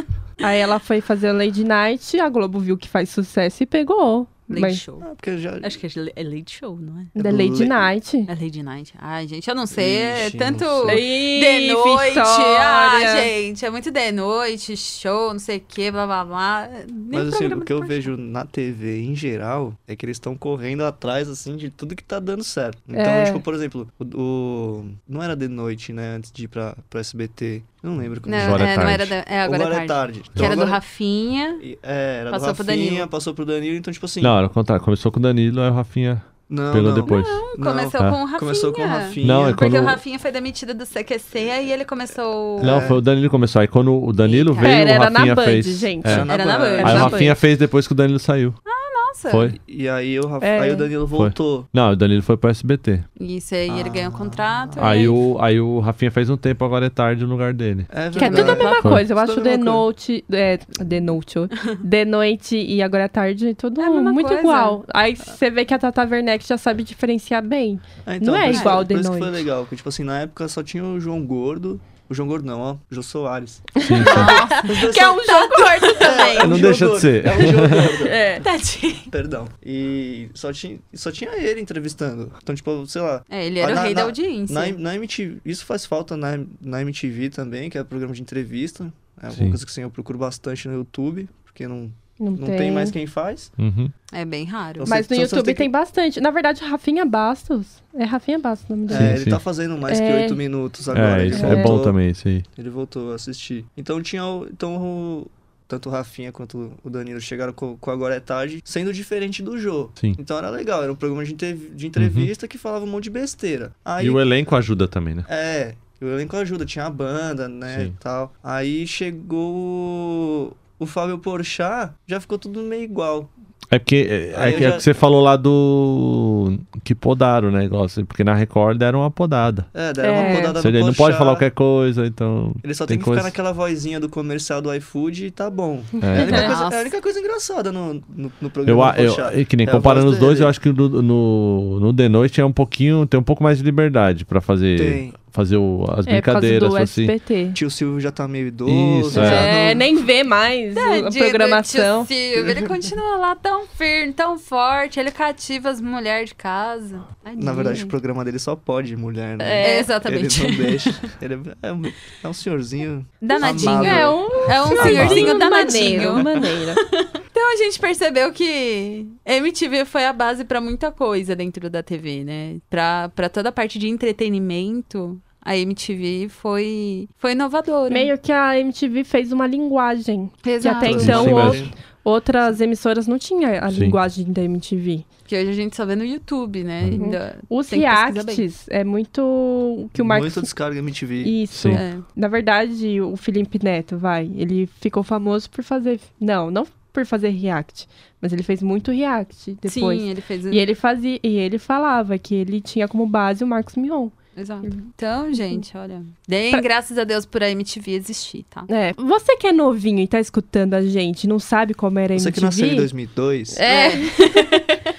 S1: Aí ela foi fazer Lady Night, a Globo viu que faz sucesso e pegou.
S2: Lady
S1: mas...
S2: Show.
S3: Ah, porque já...
S2: Acho que é Le- é Lady Show, não é?
S1: Da Lady
S3: Le-
S1: Night.
S2: É Lady Night. Ai, gente, eu não sei. é
S3: Ixi,
S2: tanto.
S3: não sei.
S1: Ih,
S2: De noite,
S1: Vitória.
S2: ah, gente, é muito de noite, show, não sei o que, blá blá blá. Nem
S3: Mas assim,
S2: programa
S3: o
S2: do
S3: que eu
S2: Porchat.
S3: vejo na TV em geral é que eles estão correndo atrás, assim, de tudo que tá dando certo. Então,
S1: É.
S3: tipo, por exemplo, o, o- Não era de noite, né? Antes de ir pra, pro SBT. Eu não lembro como
S2: Não,
S4: Agora
S2: é,
S4: é
S2: não
S4: tarde.
S2: era da, é, agora é tarde.
S3: Que
S2: Que era do Rafinha.
S3: Então, É, era
S2: Passou
S3: do
S2: pro
S3: Rafinha,
S2: Danilo.
S3: passou pro Danilo, então, tipo assim.
S4: Não, era o contrário. Começou com o Danilo, aí o Rafinha
S3: não,
S4: pegou
S3: não.
S4: depois.
S3: Não,
S2: Começou
S4: é.
S2: com o Rafinha.
S3: Começou com o tá. Rafinha.
S4: Não, é
S2: Porque
S4: Quando-
S2: o Rafinha foi demitido do CQC, aí ele começou...
S4: Não, foi o Danilo que começou. Aí quando o Danilo
S2: Eita.
S4: veio,
S1: Pera,
S4: o
S1: era
S4: Rafinha
S1: na Band,
S4: fez.
S1: gente.
S4: É.
S3: Era na
S2: Era na
S3: Band.
S2: Band.
S4: Aí o
S1: na Ah.
S4: Rafinha fez depois que o Danilo saiu.
S2: Nossa.
S4: Foi?
S3: E aí o, Rafa...
S1: É.
S3: aí o Danilo
S4: Foi.
S3: voltou.
S4: Não, o Danilo foi pro SBT.
S2: Isso aí, ele ganhou
S3: Ah.
S2: o contrato.
S4: Aí
S2: e
S4: o, aí o Rafinha fez um tempo, agora é tarde no lugar dele.
S3: É
S1: Que é tudo a
S3: verdade.
S1: mesma
S4: Foi.
S1: coisa. Eu
S3: Tudo
S1: acho
S3: a
S1: The
S3: mesma coisa.
S1: Note. É, The Note. ó. The Noite e Agora é Tarde, tudo
S2: É a mesma
S1: muito
S2: coisa.
S1: igual. Aí você vê que a Tata Werneck já sabe diferenciar bem.
S3: Ah,
S1: Não é
S3: por isso-
S1: igual de
S3: por isso que
S1: noite.
S3: foi legal, porque, tipo assim, na época só tinha o João Gordo. O João Gordo não, ó. O Jô Soares.
S4: Sim, sim.
S3: Os dois
S1: Que é
S3: são-
S1: um jogo gordo também.
S3: é um
S4: Não
S3: João
S4: deixa de
S3: Gordo,
S4: ser.
S3: É um João Gordo.
S1: É.
S2: Tadinho.
S3: Perdão. E só tinha, só tinha ele entrevistando. Então, tipo, sei lá.
S2: É, ele era
S3: Ah,
S2: o
S3: na-
S2: rei da
S3: na-
S2: audiência.
S3: Na, na MTV, isso faz falta na, na MTV também, que é programa de entrevista. É
S4: Sim.
S3: uma coisa que assim, eu procuro bastante no YouTube, porque não,
S1: Não,
S3: não tem. mais quem faz.
S4: Uhum.
S2: É bem raro.
S3: Então,
S1: Mas
S3: Você-
S1: no
S3: você
S1: YouTube
S3: tem
S1: tem,
S3: que-
S1: bastante. Na verdade, Rafinha Bastos. É Rafinha Bastos o nome dele.
S4: Sim,
S3: É, ele
S4: sim.
S3: tá fazendo mais que
S1: É.
S3: oito minutos agora.
S4: É,
S3: ele
S4: isso
S1: voltou.
S4: é bom também, isso aí.
S3: Ele voltou a assistir. Então tinha o. Então o. Tanto o Rafinha quanto o Danilo chegaram com, com Agora é Tarde, sendo diferente do Jô.
S4: Sim. Uhum.
S3: Então era legal, era um programa de, interv- de entrevista que falava um monte de besteira. Aí,
S4: E o elenco ajuda também, né?
S3: É, e o elenco ajuda, tinha a banda, né,
S4: Sim.
S3: e tal. Aí chegou o- o Fábio Porchat, já ficou tudo meio igual.
S4: É porque é, é
S3: Aí eu
S4: que é o
S3: já-
S4: que você falou lá do. Que podaram o negócio. Porque na Record deram uma podada.
S3: É, deram
S1: É.
S3: uma podada
S4: Ou
S3: no
S4: seja, ele não
S3: Porchat.
S4: pode falar é qualquer coisa, então.
S3: Ele só
S4: tem
S3: tem, que
S4: coisa-
S3: ficar naquela vozinha do comercial do iFood e tá bom. É, a
S4: É.
S3: única, coisa, é
S2: Nossa.
S3: a única coisa engraçada no, no, Tá no
S4: Eu,
S3: programa
S4: a-
S3: do
S4: eu,
S3: Porchat.
S4: é que nem
S3: É a
S4: comparando
S3: voz
S4: os dois,
S3: dele.
S4: eu acho que no, no, no The Noite é um pouquinho. Tem um pouco mais de liberdade pra fazer.
S3: Tem.
S4: Fazer o- as
S1: É, por causa
S4: brincadeiras,
S1: do
S4: assim.
S1: SBT.
S3: Tio Silvio já tá meio idoso.
S4: Isso,
S3: já
S1: É,
S3: não-
S1: nem vê mais a
S2: Tadinho do
S1: programação.
S2: tio Silvio, Ele continua lá tão firme, tão forte. Ele cativa as mulheres de casa. Tadinho.
S3: Na verdade, o programa dele só pode mulher, né?
S2: É,
S3: Ele
S2: exatamente.
S3: não deixa. Ele é, um, é um senhorzinho.
S2: Danadinho.
S3: Amado.
S1: É um
S2: É um senhorzinho
S1: maneiro,
S2: danadinho.
S1: maneira.
S2: Então a gente percebeu que MTV foi a base pra muita coisa dentro da TV, né? Pra, pra toda a parte de entretenimento, a MTV foi, foi inovadora.
S1: Meio que a MTV fez uma linguagem.
S2: Exato.
S1: até
S4: então, Sim, mas-
S3: Ele-
S1: Outras emissoras não tinham a
S4: Sim.
S1: linguagem da MTV.
S2: Que hoje a gente só vê no YouTube, né?
S4: Uhum.
S2: Ainda-
S1: Os
S2: Tem que pesquisar
S1: reacts é muito o que o Marcos...
S3: Muito descarga MTV.
S1: Isso.
S4: Sim.
S2: é.
S1: Na verdade, o Felipe Neto, vai, ele ficou famoso por fazer... Não, não por fazer react, mas ele fez muito react depois.
S2: Sim, ele fez.
S1: E ele fazia, e ele falava que ele tinha como base o Marcos Mion.
S2: Exato.
S1: Uhum.
S2: Então, gente, olha. Deem graças a Deus por a MTV existir, tá?
S1: É, você que é novinho e tá escutando a gente, não sabe como era a
S3: Você
S1: MTV,
S3: que nasceu em 2002,
S2: É.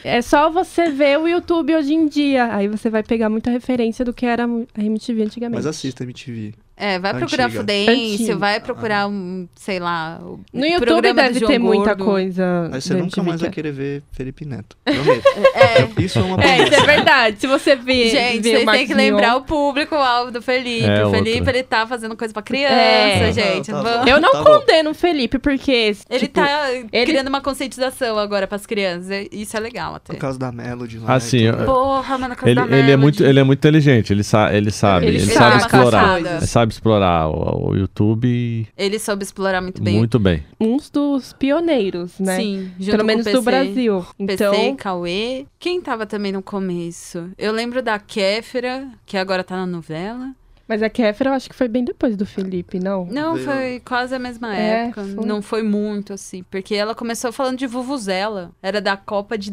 S1: é só você ver o YouTube hoje em dia. Aí você vai pegar muita referência do que era a MTV antigamente.
S3: mas assista MTV.
S2: É, vai procurar
S3: Antiga.
S2: Fudêncio,
S1: Antiga.
S2: vai procurar um, sei lá. o
S1: no YouTube
S2: programa do
S1: deve
S2: João
S1: ter muita
S2: Gordo.
S1: coisa.
S3: Aí você
S1: da
S3: nunca
S1: MTV
S3: mais
S1: que-
S3: vai querer ver Felipe Neto. Prometo. Eu- Isso é uma
S1: É,
S3: promessa.
S1: isso é verdade. Se você ver.
S2: Gente,
S1: ver
S2: vocês
S1: o
S2: têm que lembrar o público, o alvo do Felipe.
S4: É,
S2: o Felipe,
S4: outra.
S2: ele tá fazendo coisa pra criança,
S1: É.
S2: gente.
S3: Tá, tá
S2: vamos.
S3: bom.
S1: Eu não
S3: Tá bom.
S1: condeno o Felipe, porque.
S2: Ele
S1: tipo,
S2: tá criando uma conscientização agora pras crianças. e Isso é legal até.
S3: Por causa da Melody lá.
S4: Assim,
S3: e
S4: eu-
S3: tudo.
S2: Porra, mano, a casa
S4: Ele,
S2: da
S4: ele é
S2: Melody.
S4: muito, ele é muito inteligente, ele, sa ele sabe, ele,
S1: Ele
S2: tá
S4: sabe,
S1: sabe
S4: explorar.
S1: essas coisas.
S4: Ele sabe explorar o, o YouTube
S2: Ele soube explorar muito bem.
S4: muito bem.
S1: uns dos pioneiros, né?
S2: Sim, junto
S1: Pelo
S2: com
S1: menos
S2: o
S1: do
S2: PC.
S1: Brasil. Então,
S2: PC, Cauê. Quem tava também no começo? Eu lembro da Kéfera, que agora tá na novela.
S1: mas a Kéfera eu acho que foi bem depois do Felipe, não?
S2: Não,
S3: Veio-
S2: foi quase a mesma
S1: É,
S2: época.
S1: foi.
S2: Não foi muito, assim. Porque ela começou falando de Vuvuzela. Era da Copa de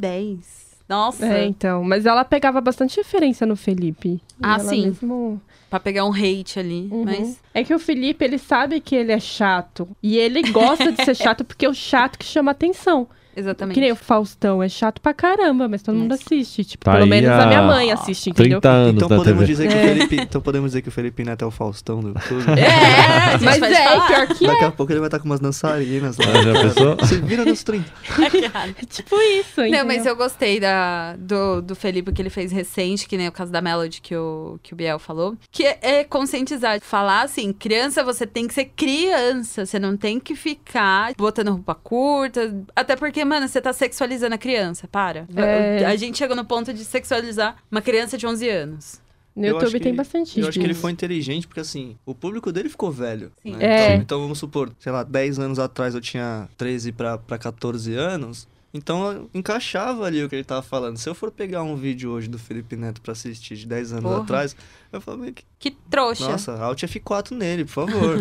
S2: 2010. Nossa,
S1: É, então. Mas ela pegava bastante referência no Felipe. E
S2: Ah,
S1: ela
S2: sim.
S1: mesmo-
S2: pra pegar um hate ali.
S1: Uhum.
S2: Mas
S1: É que o Felipe, ele sabe que ele é chato. E ele gosta de ser chato porque é o chato que chama atenção.
S2: Exatamente.
S1: Que nem o Faustão. É chato pra caramba, mas todo mundo
S2: Mas-
S1: assiste. Tipo,
S4: Tá
S1: pelo
S4: aí
S1: menos a...
S4: há
S1: minha mãe assiste, entendeu?
S4: 30 anos
S3: Então
S4: na TV.
S3: podemos, dizer que o Felipe, então podemos dizer que o Felipe Neto é o Faustão do YouTube.
S2: É, a gente
S1: Mas
S2: vai
S1: é,
S2: falar.
S1: pior que
S3: Daqui a pouco ele vai estar com umas dançarinas lá.
S4: Ah, já pensou?
S3: Se vira nos 30.
S1: é tipo isso,
S2: Não,
S1: entendeu?
S2: mas eu gostei da, do, do Felipe que ele fez recente, que nem o caso da Melody que o, que o Biel falou. Que é, é conscientizar, falar assim, criança, você tem que ser criança. Você não tem que ficar botando roupa curta. Até porque, mano, você tá sexualizando a criança, para.
S1: É.
S2: A gente chega no ponto de sexualizar uma criança de 11 anos.
S1: No
S3: Eu
S1: YouTube
S3: acho que-
S1: tem bastante
S3: Eu acho que ele
S1: disso.
S3: foi inteligente, porque assim, o público dele ficou velho.
S2: Sim.
S3: né?
S1: É.
S3: Então, então vamos supor, sei lá, 10 anos atrás eu tinha 13 pra, pra 14 anos. Então eu encaixava ali o que ele tava falando. Se eu for pegar um vídeo hoje do Felipe Neto pra assistir de 10 anos
S2: Porra.
S3: atrás, eu falo, meio que,
S2: Que trouxa.
S3: nossa, Alt F4 nele, por favor.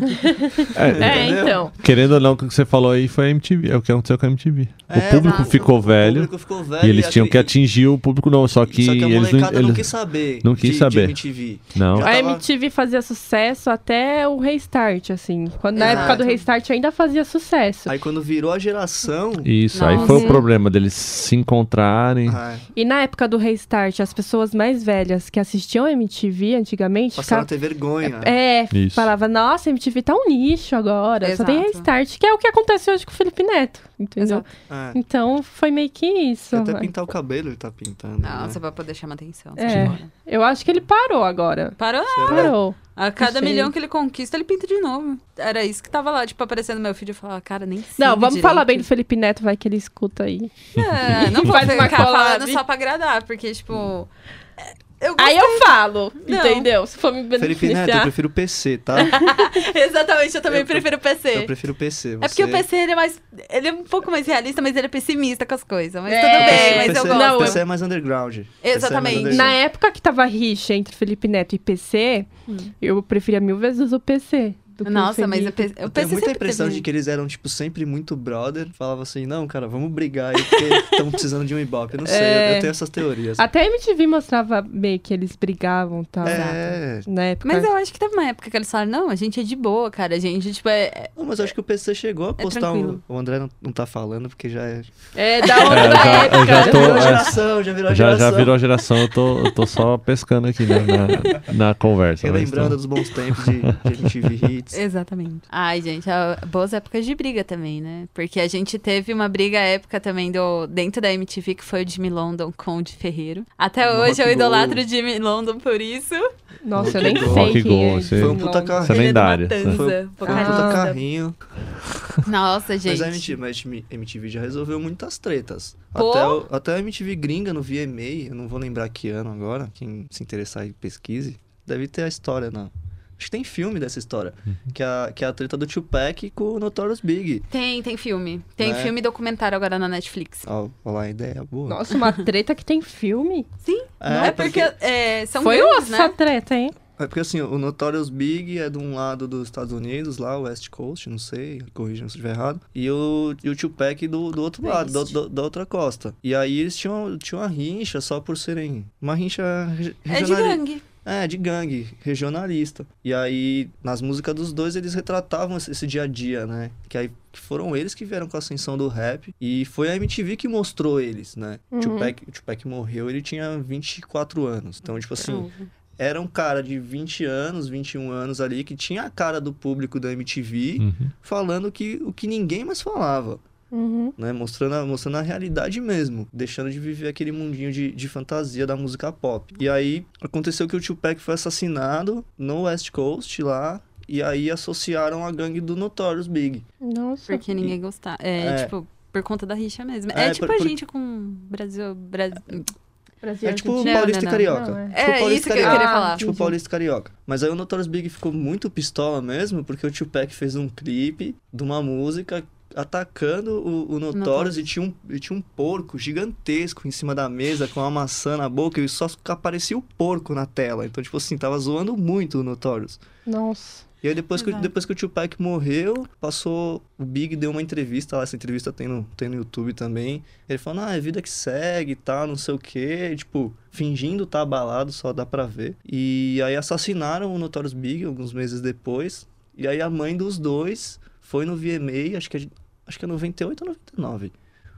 S4: É,
S1: É,
S3: Entendeu?
S1: então.
S4: querendo ou não, o que você falou aí foi a MTV, é o que aconteceu com a MTV.
S3: É,
S4: o público
S2: exato.
S4: ficou velho
S3: O público ficou velho.
S4: e eles tinham que
S3: acri-
S4: atingir o público não, só que,
S3: Só que a
S4: eles não...
S3: molecada não,
S4: eles-
S3: quis saber.
S4: não quis
S3: de- de
S4: saber.
S3: MTV.
S4: não.
S3: Já
S1: A
S3: tava-
S1: MTV fazia sucesso até o Restart, assim. Quando, na
S2: Exato.
S1: época do Restart ainda fazia sucesso.
S3: Aí quando virou a geração.
S4: Isso, aí
S2: Nossa.
S4: foi o problema deles se encontrarem.
S3: Ah,
S1: E na época do Restart, as pessoas mais velhas que assistiam MTV antigamente
S3: passaram
S1: ficavam.
S3: a ter vergonha.
S1: É,
S4: Isso.
S1: falava, nossa, MTV tá um nicho agora, só tem
S2: Exato.
S1: Restart, que é o que acontece hoje com o Felipe Neto, entendeu?
S2: Exato.
S3: Ah,
S1: Então foi meio que isso.
S3: até pintar o cabelo ele tá pintando.
S2: é, Nossa,
S3: né?
S2: pra poder chamar atenção.
S1: É. Eu acho que ele parou agora.
S2: Parou?
S3: Será?
S1: Parou.
S2: A cada
S1: sei.
S2: milhão que ele conquista, ele pinta de novo. Era isso que tava lá, tipo, aparecendo no meu feed. Eu falava, cara, nem sei.
S1: Não, vamos falar bem do Felipe Neto, vai que ele escuta aí.
S2: É, não vou
S1: Faz uma
S2: ficar
S1: collab.
S2: falando só pra agradar, porque, tipo. Eu
S1: Aí eu falo,
S2: Não.
S1: entendeu? Se for me
S3: Felipe Neto, eu
S1: beneficiar.
S3: prefiro PC, tá?
S2: Exatamente, eu também
S3: Eu pre-
S2: prefiro o PC.
S3: Eu prefiro PC.
S2: É porque o
S3: você-
S2: PC ele é mais. Ele é um pouco mais realista, mas ele é pessimista com as coisas. Mas
S1: É,
S2: tudo bem,
S1: PC-
S2: mas eu
S3: PC,
S2: gosto.
S1: Não, eu-
S3: PC é mais underground. PC é mais
S2: Exatamente.
S3: underground.
S1: Na época que tava rixa entre Felipe Neto e PC, eu preferia mil vezes o PC. do que o
S2: Nossa, mas
S1: Felipe.
S2: o PC.
S3: Eu
S2: O
S3: tenho
S2: PC
S3: muita
S2: sempre
S3: impressão
S2: teve-
S3: de que eles eram, tipo, sempre muito brother. Falava assim, não, cara, vamos brigar aí, porque estamos precisando de um ibope. Eu não sei, eu-
S2: É.
S3: eu, tenho essas teorias.
S2: Ah,
S1: Até a MTV mostrava meio que eles brigavam e
S2: tá.
S1: tal.
S3: É,
S1: Na época.
S2: Mas eu acho que teve uma época que eles falaram, não, a gente é de boa, cara. A gente, tipo, é.
S3: Não, mas eu acho que o PC chegou a postar um.
S2: tranquilo.
S3: O André não, não tá falando, porque já é.
S1: É, da onda
S4: É, eu
S1: da
S4: já- eu
S1: época.
S4: já tô-
S3: virou
S4: é.
S3: geração, já virou
S4: Já, já
S3: geração.
S4: virou a geração, eu tô, eu tô só pescando aqui né, na, na conversa. né, mas
S3: Relembrando
S4: tô-
S3: dos bons tempos de, de MTV
S2: É.
S3: Hits.
S2: Exatamente. Ai, gente, a- boas épocas de briga também, né? Porque a gente teve uma briga época também do, dentro da MTV, que foi o Jimmy London com o de Ferreiro. Até
S3: Nossa,
S2: hoje eu
S3: que
S2: idolatro
S3: gol.
S2: o Jimmy London por isso.
S1: Nossa, eu nem
S3: Rock Go.
S1: sei quem
S4: Rock é, Go,
S1: é.
S4: você-
S3: Foi um
S1: Não.
S3: puta
S4: Essa é
S3: carrinho.
S2: Ele
S4: lendária.
S2: É do Matanza,
S3: Foi-
S1: um
S3: Foi um puta
S1: Ah.
S3: carrinho.
S2: Nossa, gente.
S3: Mas é a MTV, mas a MTV já resolveu muitas tretas.
S2: Pô.
S3: Até, o- até a MTV gringa no VMA, eu não vou lembrar que ano agora, quem se interessar aí pesquise, deve ter a história, não. Acho que tem filme dessa história,
S4: Uhum.
S3: que, é, a- que é a treta do Tupac com o Notorious Big.
S2: Tem, tem filme. Tem
S3: Né?
S2: filme e documentário agora na Netflix.
S3: Ó, ó lá a ideia é boa.
S1: Nossa, uma treta que tem filme.
S2: Sim.
S3: É,
S2: não é porque,
S3: porque-
S2: é, são
S1: Foi
S2: grandes,
S1: essa
S2: né?
S1: treta, hein?
S3: É porque assim, o Notorious Big é de um lado dos Estados Unidos, lá, West Coast, não sei, corrija se eu estiver errado. E o, e o Tupac do, do outro lado, do-
S2: West.
S3: do- da outra costa. E aí eles tinham, tinham uma rincha só por serem. Uma rincha.
S2: É de
S3: regionali-
S2: gangue.
S3: É, de gangue, regionalista. E aí, nas músicas dos dois, eles retratavam esse, esse dia a dia, né? Que aí que foram eles que vieram com a ascensão do rap. E foi a MTV que mostrou eles, né?
S1: Uhum.
S3: Tupac, o Tupac morreu, ele tinha 24 anos. Então, tipo assim, era um cara de 20 anos, 21 anos ali, que tinha a cara do público da MTV,
S4: Uhum.
S3: falando que, o que ninguém mais falava.
S1: Uhum.
S3: né? Mostrando, a, mostrando a realidade mesmo, deixando de viver aquele mundinho de, de fantasia da música pop. E aí aconteceu que o Tupac foi assassinado no West Coast lá. E aí associaram a gangue do Notorious Big.
S1: Nossa.
S2: Porque ninguém gostava. É,
S3: É.
S2: tipo, por conta da rixa mesmo.
S3: É,
S2: É, tipo
S3: por-
S2: a
S3: por-
S2: gente com Brasil. Brasil...
S1: Brasil,
S3: É tipo
S1: Argentina.
S3: paulista e
S2: não.
S3: carioca.
S1: Não, é.
S3: Tipo
S2: É
S3: paulista
S2: isso
S3: e
S2: que eu
S3: carioca.
S2: queria
S1: Ah,
S2: falar.
S3: Tipo paulista e carioca. Mas aí o Notorious Big ficou muito pistola mesmo, porque o Tupac fez um clipe de uma música atacando o, o Notorious
S2: Notorious.
S3: e tinha, um, e tinha um porco gigantesco em cima da mesa com uma maçã na boca e só aparecia o porco na tela. Então, tipo assim, tava zoando muito o Notorious.
S1: Nossa.
S3: E aí depois que, o-
S2: Exato.
S3: depois que o Tupac morreu, passou. O Big deu uma entrevista lá, essa entrevista tem no, tem no YouTube também. Ele falando, ah, é vida que segue e tal, não sei o quê. e, tipo, fingindo estar tá abalado, só dá pra ver. E aí assassinaram o Notorious Big alguns meses depois. E aí a mãe dos dois foi no VMA, acho que é, acho que é 98 ou 99.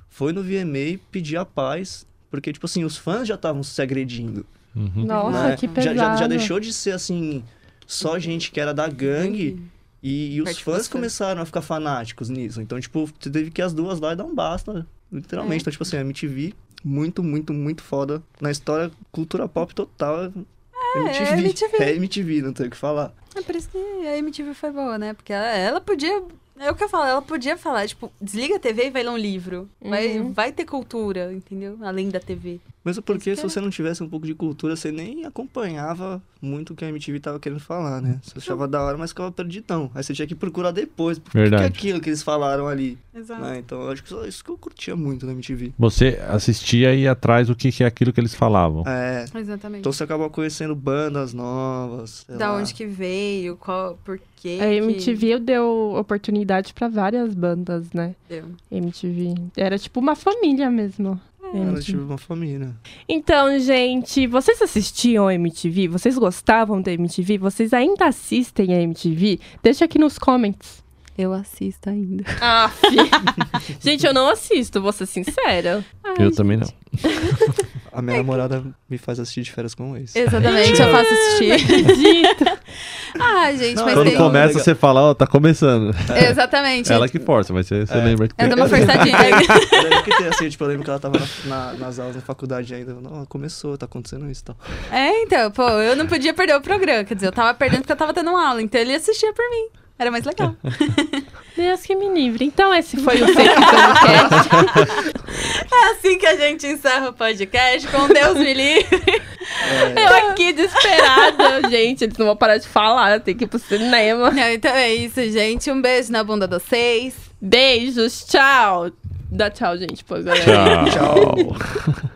S3: Foi no VMA pedir a paz. Porque, tipo assim, os fãs já estavam se agredindo.
S4: Uhum.
S1: Nossa,
S3: né?
S1: que
S3: Já-
S1: pesado.
S3: já, já deixou de ser assim, só gente que era da gangue. E, e os
S2: Parte
S3: fãs
S2: dos fãs.
S3: começaram a ficar fanáticos nisso. Então, tipo, você teve que as duas lá e dar um basta, literalmente.
S2: É.
S3: Então, tipo assim, a MTV, muito, muito, muito foda. Na história, cultura pop total. É,
S2: é MTV.
S3: É MTV, não tem o que falar.
S2: É por isso que a MTV foi boa, né? Porque ela, ela podia. É o que eu falo, ela podia falar, tipo, desliga a TV e vai ler um livro. Vai,
S1: Uhum.
S2: vai ter cultura, entendeu? Além da TV.
S3: Mesmo porque
S2: Isso
S3: se
S2: que é.
S3: você não tivesse um pouco de cultura, você nem acompanhava muito o que a MTV tava querendo falar, né? Você achava da hora, mas ficava perdidão. Aí você tinha que procurar depois. Por que que é
S4: Verdade.
S3: aquilo que eles falaram ali?
S2: Exato.
S3: né? Então, eu acho que só isso que eu curtia muito na MTV.
S4: Você assistia e ia atrás do que, que é aquilo que eles falavam.
S2: Ah,
S3: É,
S2: Exatamente.
S3: Então você acaba conhecendo bandas novas. sei
S2: da
S3: lá.
S2: onde que veio, qual, por quê.
S1: A MTV deu oportunidade pra várias bandas, né?
S2: que deu.
S1: MTV. Era tipo uma família mesmo.
S2: é?
S3: Ela
S1: MTV.
S3: tive uma família.
S1: Então, gente, vocês assistiam a MTV? Vocês gostavam da MTV? Vocês ainda assistem a MTV? Deixa aqui nos comments.
S2: Eu assisto ainda.
S1: Ah, Gente, eu não assisto, vou ser sincera.
S4: eu também não.
S3: A minha namorada me faz assistir de férias com ex.
S2: Exatamente, É eu faço assistir.
S1: Acredito.
S2: ah, gente,
S3: Não,
S2: mas
S3: eu
S4: Quando
S2: tem.
S3: legal,
S4: começa,
S3: legal.
S4: você fala, ó, tá começando.
S2: Exatamente.
S4: Ela que força, mas você, você
S3: É.
S4: lembra que
S2: Eu dou uma forçadinha.
S3: Eu lembro que tem assim, tipo, eu lembro que ela tava na- na- nas aulas da faculdade ainda. Eu, Não, começou, tá acontecendo isso e tal.
S2: É, então, pô, eu não podia perder o programa. Quer dizer, eu tava perdendo porque eu tava tendo aula, então ele assistia por mim. Era mais legal.
S1: Deus que me livre. Então, esse foi o Sempre Podcast.
S2: É assim que a gente encerra o podcast, com Deus me livre.
S3: É,
S1: Eu aqui desesperada, gente. Eles não vão parar de falar, tem que ir pro cinema.
S2: Não, então é isso, gente. Um beijo na bunda de vocês.
S1: Beijos, tchau. Dá tchau, gente, pra galera.
S4: Tchau.
S3: Tchau.